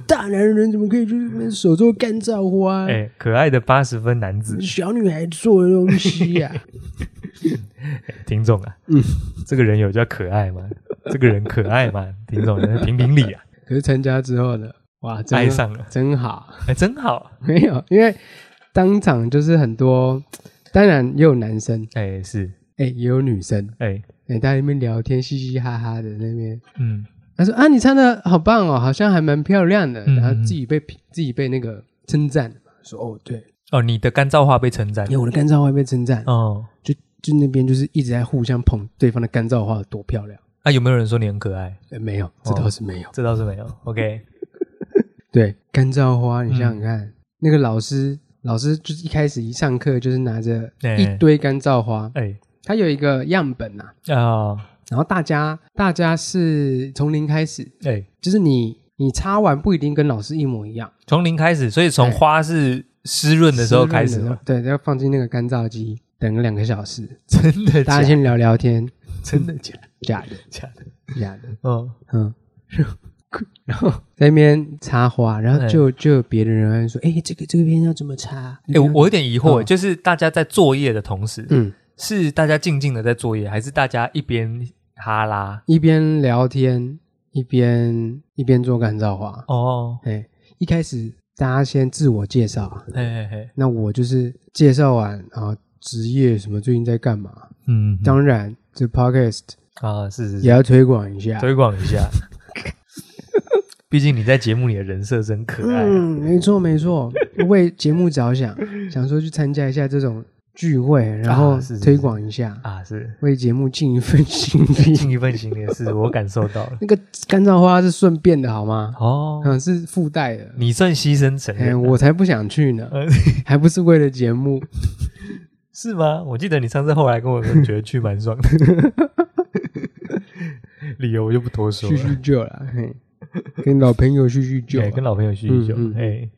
[SPEAKER 2] 大男人怎么可以去那边手做干燥花？
[SPEAKER 1] 哎、可爱的八十分男子
[SPEAKER 2] 小女孩做的东西啊呀、
[SPEAKER 1] 听众啊，
[SPEAKER 2] 嗯
[SPEAKER 1] 这个人有叫可爱吗？这个人可爱吗？听众，评评理 啊，
[SPEAKER 2] 可是参加之后呢，哇，真
[SPEAKER 1] 爱上了，
[SPEAKER 2] 真好，
[SPEAKER 1] 哎、真好。
[SPEAKER 2] 没有，因为当场就是很多，当然也有男生，
[SPEAKER 1] 哎、是，
[SPEAKER 2] 哎、也有女生，
[SPEAKER 1] 哎、
[SPEAKER 2] 哎、大家在那边聊天，嘻嘻哈哈的那边。
[SPEAKER 1] 嗯，
[SPEAKER 2] 他说啊，你穿的好棒哦，好像还蛮漂亮的，
[SPEAKER 1] 嗯
[SPEAKER 2] 然后自己被评自己被那个称赞，说哦对，
[SPEAKER 1] 哦，你的干燥花被称赞
[SPEAKER 2] 因为，我的干燥花被称赞，
[SPEAKER 1] 哦，
[SPEAKER 2] 就就那边就是一直在互相捧对方的干燥花有多漂亮。
[SPEAKER 1] 啊，有没有人说你很可爱？
[SPEAKER 2] 呃，没有，
[SPEAKER 1] 哦
[SPEAKER 2] 这倒是没有。
[SPEAKER 1] 这倒是没有。OK，
[SPEAKER 2] 对，干燥花，你想想看，
[SPEAKER 1] 嗯
[SPEAKER 2] 那个老师，老师就是一开始一上课就是拿着
[SPEAKER 1] 哎
[SPEAKER 2] 一堆干燥花，
[SPEAKER 1] 哎、
[SPEAKER 2] 他有一个样本呐、
[SPEAKER 1] 啊，
[SPEAKER 2] 然后大家大家是从零开始，
[SPEAKER 1] 哎、
[SPEAKER 2] 就是你你插完不一定跟老师一模一样，
[SPEAKER 1] 从零开始，所以从
[SPEAKER 2] 哎
[SPEAKER 1] 花是湿润的时候开始
[SPEAKER 2] 湿润的
[SPEAKER 1] 吗？
[SPEAKER 2] 时候对，要放进那个干燥机，等个两个小时，
[SPEAKER 1] 真的假
[SPEAKER 2] 大家
[SPEAKER 1] 的？
[SPEAKER 2] 先聊聊天，
[SPEAKER 1] 真的假的？
[SPEAKER 2] 假的
[SPEAKER 1] 假的？
[SPEAKER 2] 假的，
[SPEAKER 1] 嗯，
[SPEAKER 2] 嗯， 然后在那边插花，然后就就有别的人在说：“哎、这个这个边要怎么插？”
[SPEAKER 1] 哎、我我有点疑惑，
[SPEAKER 2] 哦
[SPEAKER 1] 就是大家在作业的同时，
[SPEAKER 2] 嗯，
[SPEAKER 1] 是大家静静的在作业，还是大家一边哈拉？
[SPEAKER 2] 一边聊天一边一边做干燥花。
[SPEAKER 1] 哦，
[SPEAKER 2] 哎、一开始大家先自我介绍啊，
[SPEAKER 1] 嘿嘿嘿，
[SPEAKER 2] 那我就是介绍完啊，职业什么，最近在干嘛？
[SPEAKER 1] 嗯，
[SPEAKER 2] 当然，这 podcast
[SPEAKER 1] 啊，是是
[SPEAKER 2] 也
[SPEAKER 1] 是，
[SPEAKER 2] 要推广一下。
[SPEAKER 1] 推广一 下。毕竟你在节目里的人设真可爱、啊，
[SPEAKER 2] 嗯，没错 没错，为节目着想，想说去参加一下这种聚会，然后
[SPEAKER 1] 啊是是
[SPEAKER 2] 推广一下，
[SPEAKER 1] 啊，是
[SPEAKER 2] 为节目尽一份心 力。
[SPEAKER 1] 尽一份心力，是我感受到了。
[SPEAKER 2] 那个干燥花是顺便的好吗？
[SPEAKER 1] 哦，
[SPEAKER 2] 嗯，是附带的。
[SPEAKER 1] 你算牺牲成
[SPEAKER 2] 哎，
[SPEAKER 1] 人了、
[SPEAKER 2] 我才不想去呢，
[SPEAKER 1] 呃
[SPEAKER 2] 还不是为了节目。
[SPEAKER 1] 是吗？我记得你上次后来跟我说，觉得去蛮爽 的，理由我就不多说
[SPEAKER 2] 叙
[SPEAKER 1] 了。
[SPEAKER 2] 叙旧啦，嘿，跟老朋友叙叙 旧
[SPEAKER 1] 哎
[SPEAKER 2] 啊。
[SPEAKER 1] 跟老朋友叙一叙，
[SPEAKER 2] 嗯嗯
[SPEAKER 1] 哎、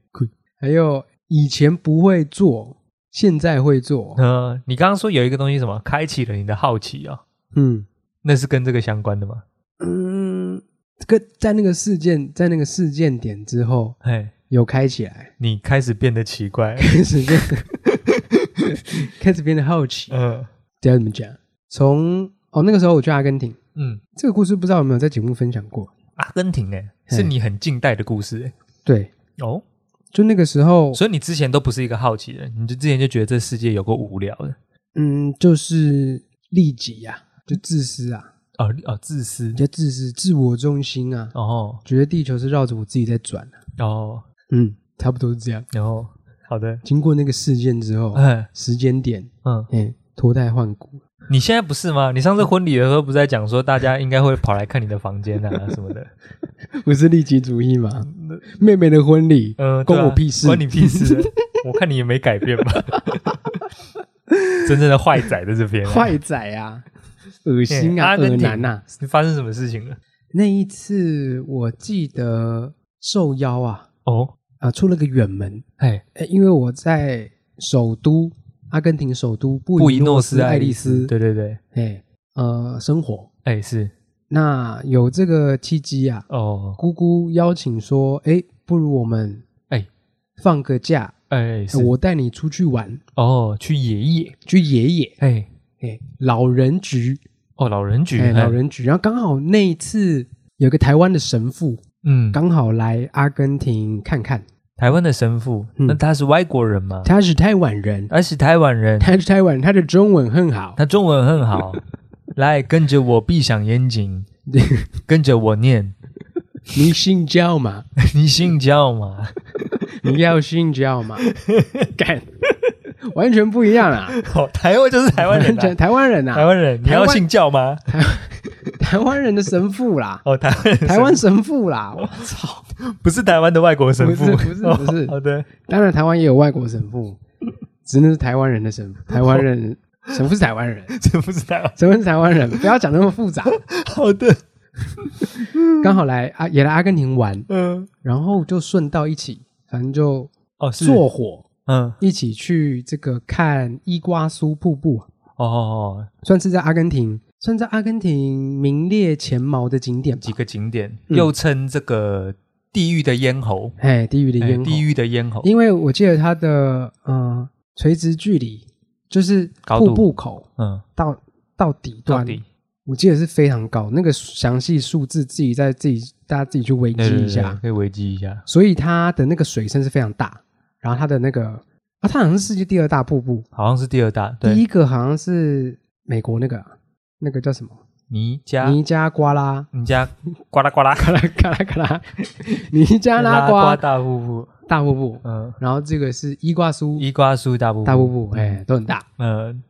[SPEAKER 2] 还有以前不会做，现在会做。
[SPEAKER 1] 呃，你刚刚说有一个东西什么开启了你的好奇啊、
[SPEAKER 2] 嗯
[SPEAKER 1] 那是跟这个相关的吗？
[SPEAKER 2] 嗯，这个在那个事件，在那个事件点之后
[SPEAKER 1] 哎，
[SPEAKER 2] 有开起来，
[SPEAKER 1] 你开始变得奇 怪，
[SPEAKER 2] 开始变得开始变得好奇。
[SPEAKER 1] 嗯
[SPEAKER 2] 这要怎么讲？从哦那个时候我去阿根廷，
[SPEAKER 1] 嗯，
[SPEAKER 2] 这个故事不知道有没有在节目分享过？
[SPEAKER 1] 阿根廷哎、是你很近代的故事哎、
[SPEAKER 2] 对，
[SPEAKER 1] 哦，
[SPEAKER 2] 就那个时候，
[SPEAKER 1] 所以你之前都不是一个好奇人，你就之前就觉得这世界有够无聊的
[SPEAKER 2] 嗯，就是利己呀、就自私啊，
[SPEAKER 1] 哦哦，自私
[SPEAKER 2] 比较自私、自我中心啊，
[SPEAKER 1] 哦
[SPEAKER 2] 觉得地球是绕着我自己在转啊。
[SPEAKER 1] 哦，
[SPEAKER 2] 嗯，差不多是这样。
[SPEAKER 1] 然后好的，
[SPEAKER 2] 经过那个事件之后，
[SPEAKER 1] 哎
[SPEAKER 2] 时间点，
[SPEAKER 1] 嗯，
[SPEAKER 2] 哎、脱胎换骨。
[SPEAKER 1] 你现在不是吗？你上次婚礼的时候不是在讲说大家应该会跑来看你的房间啊什 么的，
[SPEAKER 2] 不是利己主义吗？妹妹的婚礼，
[SPEAKER 1] 嗯，对
[SPEAKER 2] 关
[SPEAKER 1] 啊
[SPEAKER 2] 我屁事
[SPEAKER 1] 关你屁事，我看你也没改变 嘛。真正的坏仔在这边、啊，
[SPEAKER 2] 坏仔啊，恶心啊，
[SPEAKER 1] 哎阿
[SPEAKER 2] 恶
[SPEAKER 1] 根廷
[SPEAKER 2] 男啊！
[SPEAKER 1] 发生什么事情了？
[SPEAKER 2] 那一次我记得受邀啊
[SPEAKER 1] 哦，
[SPEAKER 2] 啊出了个远门，
[SPEAKER 1] 哎，
[SPEAKER 2] 哎，因为我在首都阿根廷首都布
[SPEAKER 1] 布
[SPEAKER 2] 宜
[SPEAKER 1] 宜
[SPEAKER 2] 诺
[SPEAKER 1] 诺
[SPEAKER 2] 斯
[SPEAKER 1] 斯
[SPEAKER 2] 艾
[SPEAKER 1] 艾
[SPEAKER 2] 利
[SPEAKER 1] 利斯，
[SPEAKER 2] 斯，
[SPEAKER 1] 对对对，
[SPEAKER 2] 哎呃生活。
[SPEAKER 1] 哎是，
[SPEAKER 2] 那有这个契机啊，
[SPEAKER 1] 哦，
[SPEAKER 2] 姑姑邀请说，哎，不如我们
[SPEAKER 1] 哎
[SPEAKER 2] 放个假，
[SPEAKER 1] 哎是，
[SPEAKER 2] 呃我带你出去玩，
[SPEAKER 1] 哦去野野，
[SPEAKER 2] 去野野，
[SPEAKER 1] 哎
[SPEAKER 2] 哎，老人局，
[SPEAKER 1] 哦老人局，
[SPEAKER 2] 哎，
[SPEAKER 1] 哎
[SPEAKER 2] 老人局。然后刚好那一次有个台湾的神父
[SPEAKER 1] 嗯，
[SPEAKER 2] 刚好来阿根廷看看，
[SPEAKER 1] 台湾的神父，
[SPEAKER 2] 嗯
[SPEAKER 1] 那他是外国人吗？
[SPEAKER 2] 他是台湾人，
[SPEAKER 1] 他是台湾人，
[SPEAKER 2] 他是台湾，他的中文很好，
[SPEAKER 1] 他中文很 好，来跟着我闭上眼睛，跟着我 念，
[SPEAKER 2] 你信教吗？
[SPEAKER 1] 你信教吗？
[SPEAKER 2] 你要信教吗？ 干，完全不一样啊！
[SPEAKER 1] 哦，台湾就是台湾人啊、
[SPEAKER 2] 台台湾人
[SPEAKER 1] 台
[SPEAKER 2] 啊，
[SPEAKER 1] 湾人，你
[SPEAKER 2] 台湾
[SPEAKER 1] 要信教吗？，
[SPEAKER 2] 台湾人的神父啦
[SPEAKER 1] 哦，台湾 人神
[SPEAKER 2] 台湾神父啦，我操！
[SPEAKER 1] 不是台湾的外国神父，
[SPEAKER 2] 不是不是
[SPEAKER 1] 哦
[SPEAKER 2] 不是
[SPEAKER 1] 好 的，
[SPEAKER 2] 当然，台湾也有外国神父，只能是台湾人的神父，台湾人神父是台湾人，
[SPEAKER 1] 这不是台湾，
[SPEAKER 2] 神父是台湾人，不要讲那么复杂。
[SPEAKER 1] 好的，
[SPEAKER 2] 刚好来啊，也来阿根廷玩，
[SPEAKER 1] 嗯，
[SPEAKER 2] 然后就顺道一起，反正就
[SPEAKER 1] 哦，是，
[SPEAKER 2] 坐火
[SPEAKER 1] 嗯，
[SPEAKER 2] 一起去这个看伊瓜苏瀑布，
[SPEAKER 1] 哦哦哦，
[SPEAKER 2] 算是在阿根廷，算在阿根廷名列前茅的景点吧
[SPEAKER 1] 几。个景点
[SPEAKER 2] 嗯
[SPEAKER 1] 又称这个地狱的咽喉，
[SPEAKER 2] 哎，地狱的
[SPEAKER 1] 哎
[SPEAKER 2] 咽喉，
[SPEAKER 1] 地狱的咽喉，
[SPEAKER 2] 因为我记得它的呃垂直距离就是
[SPEAKER 1] 高度
[SPEAKER 2] 瀑布口
[SPEAKER 1] 嗯，
[SPEAKER 2] 到到底
[SPEAKER 1] 到
[SPEAKER 2] 端，
[SPEAKER 1] 底
[SPEAKER 2] 我记得是非常高，那个详细数字自己在自己大家自己去维基
[SPEAKER 1] 对对对
[SPEAKER 2] 一下。
[SPEAKER 1] 可以维基一下，
[SPEAKER 2] 所以它的那个水声是非常大，然后它的那个啊，它好像是世界第二大瀑布，
[SPEAKER 1] 好像是第二大，
[SPEAKER 2] 第
[SPEAKER 1] 对，
[SPEAKER 2] 一个好像是美国那个啊那个叫什么
[SPEAKER 1] 尼加，
[SPEAKER 2] 尼加瓜拉，
[SPEAKER 1] 你家呱啦呱啦，
[SPEAKER 2] 嘎啦嘎啦嘎啦， 尼加拉瓜
[SPEAKER 1] 大瀑布，
[SPEAKER 2] 大瀑布，
[SPEAKER 1] 嗯，
[SPEAKER 2] 然后这个是伊瓜苏
[SPEAKER 1] 伊瓜苏大瀑布，
[SPEAKER 2] 大瀑布，哎，都很大。
[SPEAKER 1] 嗯，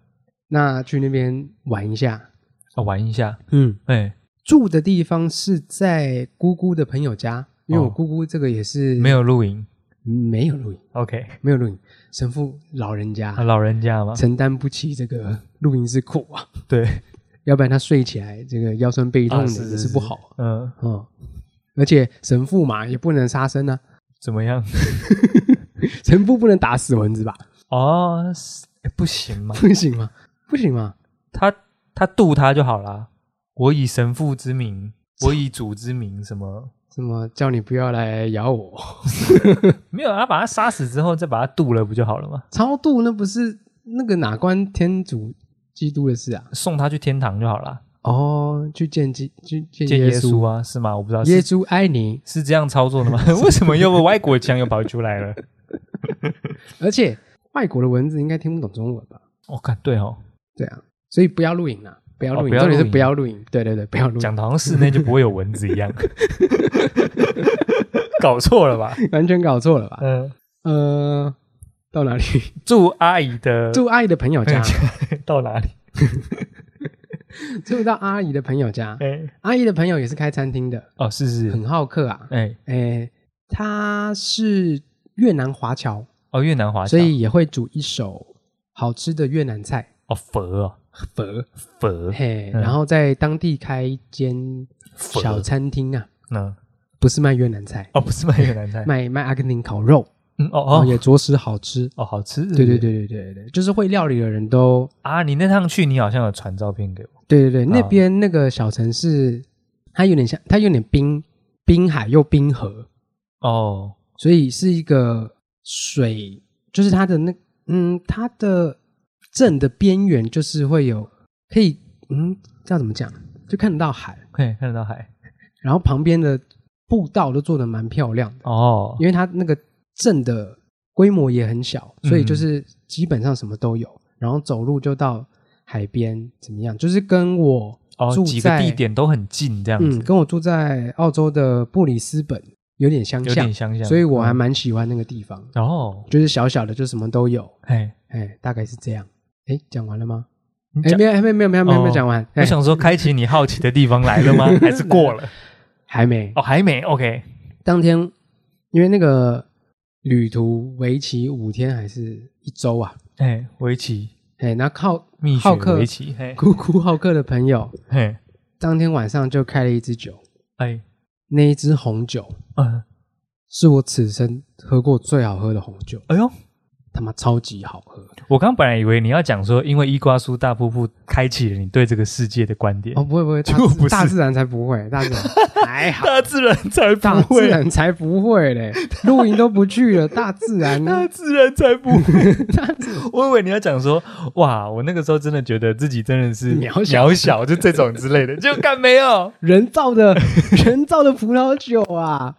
[SPEAKER 2] 那去那边玩一下，
[SPEAKER 1] 呃，玩一下，
[SPEAKER 2] 嗯，
[SPEAKER 1] 哎，
[SPEAKER 2] 住的地方是在姑姑的朋友家，因为我
[SPEAKER 1] 哦
[SPEAKER 2] 姑姑这个也是
[SPEAKER 1] 没有露营
[SPEAKER 2] 没有露营，
[SPEAKER 1] ，OK，
[SPEAKER 2] 没有露营，神父老人家
[SPEAKER 1] 啊老人家嘛，
[SPEAKER 2] 承担不起这个露营之苦啊，
[SPEAKER 1] 对，
[SPEAKER 2] 要不然他睡起来这个腰酸背痛
[SPEAKER 1] 啊
[SPEAKER 2] 的也是不好，
[SPEAKER 1] 嗯，
[SPEAKER 2] 嗯。而且神父嘛也不能杀生啊，
[SPEAKER 1] 怎么样？
[SPEAKER 2] 神父不能打死蚊子吧？
[SPEAKER 1] 哦，是哎不行吗？
[SPEAKER 2] 不行吗？不行吗？
[SPEAKER 1] 他他度他就好啦。我以神父之名，我以主之名，什么
[SPEAKER 2] 什么叫你不要来咬我？
[SPEAKER 1] 没有，他把他杀死之后再把他剁了不就好了吗？
[SPEAKER 2] 超度那不是那个哪关天主基督的事啊？
[SPEAKER 1] 送他去天堂就好了，
[SPEAKER 2] 哦，去见基去见
[SPEAKER 1] 见耶
[SPEAKER 2] 耶
[SPEAKER 1] 稣
[SPEAKER 2] 稣，
[SPEAKER 1] 啊，是吗？我不知道
[SPEAKER 2] 耶
[SPEAKER 1] 是
[SPEAKER 2] 稣爱你。
[SPEAKER 1] 是这样操作的吗？为什么又外国腔又跑出来了？
[SPEAKER 2] 而且外国的蚊子应该听不懂中文吧？
[SPEAKER 1] 我看对哦，
[SPEAKER 2] 对啊，所以不要录影啊，不要
[SPEAKER 1] 哦
[SPEAKER 2] 录影，
[SPEAKER 1] 不要
[SPEAKER 2] 重点
[SPEAKER 1] 录
[SPEAKER 2] 是
[SPEAKER 1] 影
[SPEAKER 2] 不要录影。对对对，不要录
[SPEAKER 1] 讲
[SPEAKER 2] 影，
[SPEAKER 1] 的好像室内就不会有蚊子一 样，搞错了吧？
[SPEAKER 2] 完全搞错了吧？
[SPEAKER 1] 嗯、
[SPEAKER 2] 呃，到哪里？
[SPEAKER 1] 祝阿姨的
[SPEAKER 2] 住阿姨的朋友
[SPEAKER 1] 哎
[SPEAKER 2] 家，
[SPEAKER 1] 到哪里？
[SPEAKER 2] 住到阿姨的朋友家。
[SPEAKER 1] 哎、
[SPEAKER 2] 阿姨的朋友也是开餐厅的，
[SPEAKER 1] 哦，是是，
[SPEAKER 2] 很好客啊。
[SPEAKER 1] 哎、
[SPEAKER 2] 诶，他是越南华侨，
[SPEAKER 1] 哦，越南华侨，
[SPEAKER 2] 所以也会煮一手好吃的越南菜
[SPEAKER 1] 哦，佛哦，
[SPEAKER 2] 佛，
[SPEAKER 1] 佛
[SPEAKER 2] 嘿，
[SPEAKER 1] 嗯
[SPEAKER 2] 然后在当地开一间
[SPEAKER 1] 佛，
[SPEAKER 2] 小餐厅啊，
[SPEAKER 1] 嗯，
[SPEAKER 2] 不是卖越南菜，
[SPEAKER 1] 哦，不是卖越南 菜，
[SPEAKER 2] 卖卖阿根廷烤肉，
[SPEAKER 1] 嗯，哦
[SPEAKER 2] 然后
[SPEAKER 1] 哦，
[SPEAKER 2] 也着实好吃。
[SPEAKER 1] 哦，好吃，
[SPEAKER 2] 对对，对对对对，就是会料理的人都，
[SPEAKER 1] 啊，你那趟去你好像有传照片给我，
[SPEAKER 2] 对对对，那
[SPEAKER 1] 啊
[SPEAKER 2] 边那个小城市，它有点像，它有点滨滨海又滨河，
[SPEAKER 1] 哦，
[SPEAKER 2] 所以是一个水，就是它的那嗯，它的镇的边缘就是会有可以嗯，这要怎么讲，就看得到海，
[SPEAKER 1] 可以看得到海，
[SPEAKER 2] 然后旁边的步道都做的蛮漂亮的，
[SPEAKER 1] 哦，
[SPEAKER 2] 因为它那个镇的规模也很小，
[SPEAKER 1] 嗯
[SPEAKER 2] 所以就是基本上什么都有，然后走路就到海边，怎么样？就是跟我
[SPEAKER 1] 哦，
[SPEAKER 2] 住
[SPEAKER 1] 几个
[SPEAKER 2] 在
[SPEAKER 1] 地点都很近，这样
[SPEAKER 2] 嗯，
[SPEAKER 1] 子，
[SPEAKER 2] 跟我住在澳洲的布里斯本有点相
[SPEAKER 1] 有
[SPEAKER 2] 像
[SPEAKER 1] 点，相像，
[SPEAKER 2] 嗯所以我还
[SPEAKER 1] 嗯
[SPEAKER 2] 蛮喜欢那个地方。
[SPEAKER 1] 哦，
[SPEAKER 2] 就是小小的，就什么都有，
[SPEAKER 1] 哎，
[SPEAKER 2] 哎，大概是这样。哎，讲完了吗？
[SPEAKER 1] 你
[SPEAKER 2] 哎，
[SPEAKER 1] 讲
[SPEAKER 2] 没有，没有，没有，没有，没有，没
[SPEAKER 1] 哦
[SPEAKER 2] 有讲完。
[SPEAKER 1] 我
[SPEAKER 2] 哎，
[SPEAKER 1] 想说，开启你好奇的地方来 了吗？还是过了？
[SPEAKER 2] 还没。
[SPEAKER 1] 哦，还没，OK，
[SPEAKER 2] 当天因为那个旅途为期五天还是一周啊？
[SPEAKER 1] 哎，围棋，
[SPEAKER 2] 哎，那好
[SPEAKER 1] 蜜雪
[SPEAKER 2] 好客
[SPEAKER 1] 围棋，嘿，
[SPEAKER 2] 酷酷好客的朋友，
[SPEAKER 1] 嘿，
[SPEAKER 2] 当天晚上就开了一支酒，
[SPEAKER 1] 哎，
[SPEAKER 2] 那一支红酒
[SPEAKER 1] 嗯，
[SPEAKER 2] 是我此生喝过最好喝的红酒，
[SPEAKER 1] 哎呦。
[SPEAKER 2] 他妈超级好喝。
[SPEAKER 1] 我刚本来以为你要讲说，因为伊瓜苏大瀑布开启了你对这个世界的观点，
[SPEAKER 2] 哦，不会不会，大
[SPEAKER 1] 就
[SPEAKER 2] 自
[SPEAKER 1] 不是
[SPEAKER 2] 大自然才不会，大 自然还好。
[SPEAKER 1] 大自然才
[SPEAKER 2] 大
[SPEAKER 1] 不
[SPEAKER 2] 自
[SPEAKER 1] 会，
[SPEAKER 2] 然才不会嘞，露营都不 去了，大自然
[SPEAKER 1] 大自然才不会。 我以为你要讲说，哇，我那个时候真的觉得自己真的是
[SPEAKER 2] 渺小
[SPEAKER 1] 渺小就这种之类 的，就干没有。
[SPEAKER 2] 人造的 人造的葡萄酒 啊，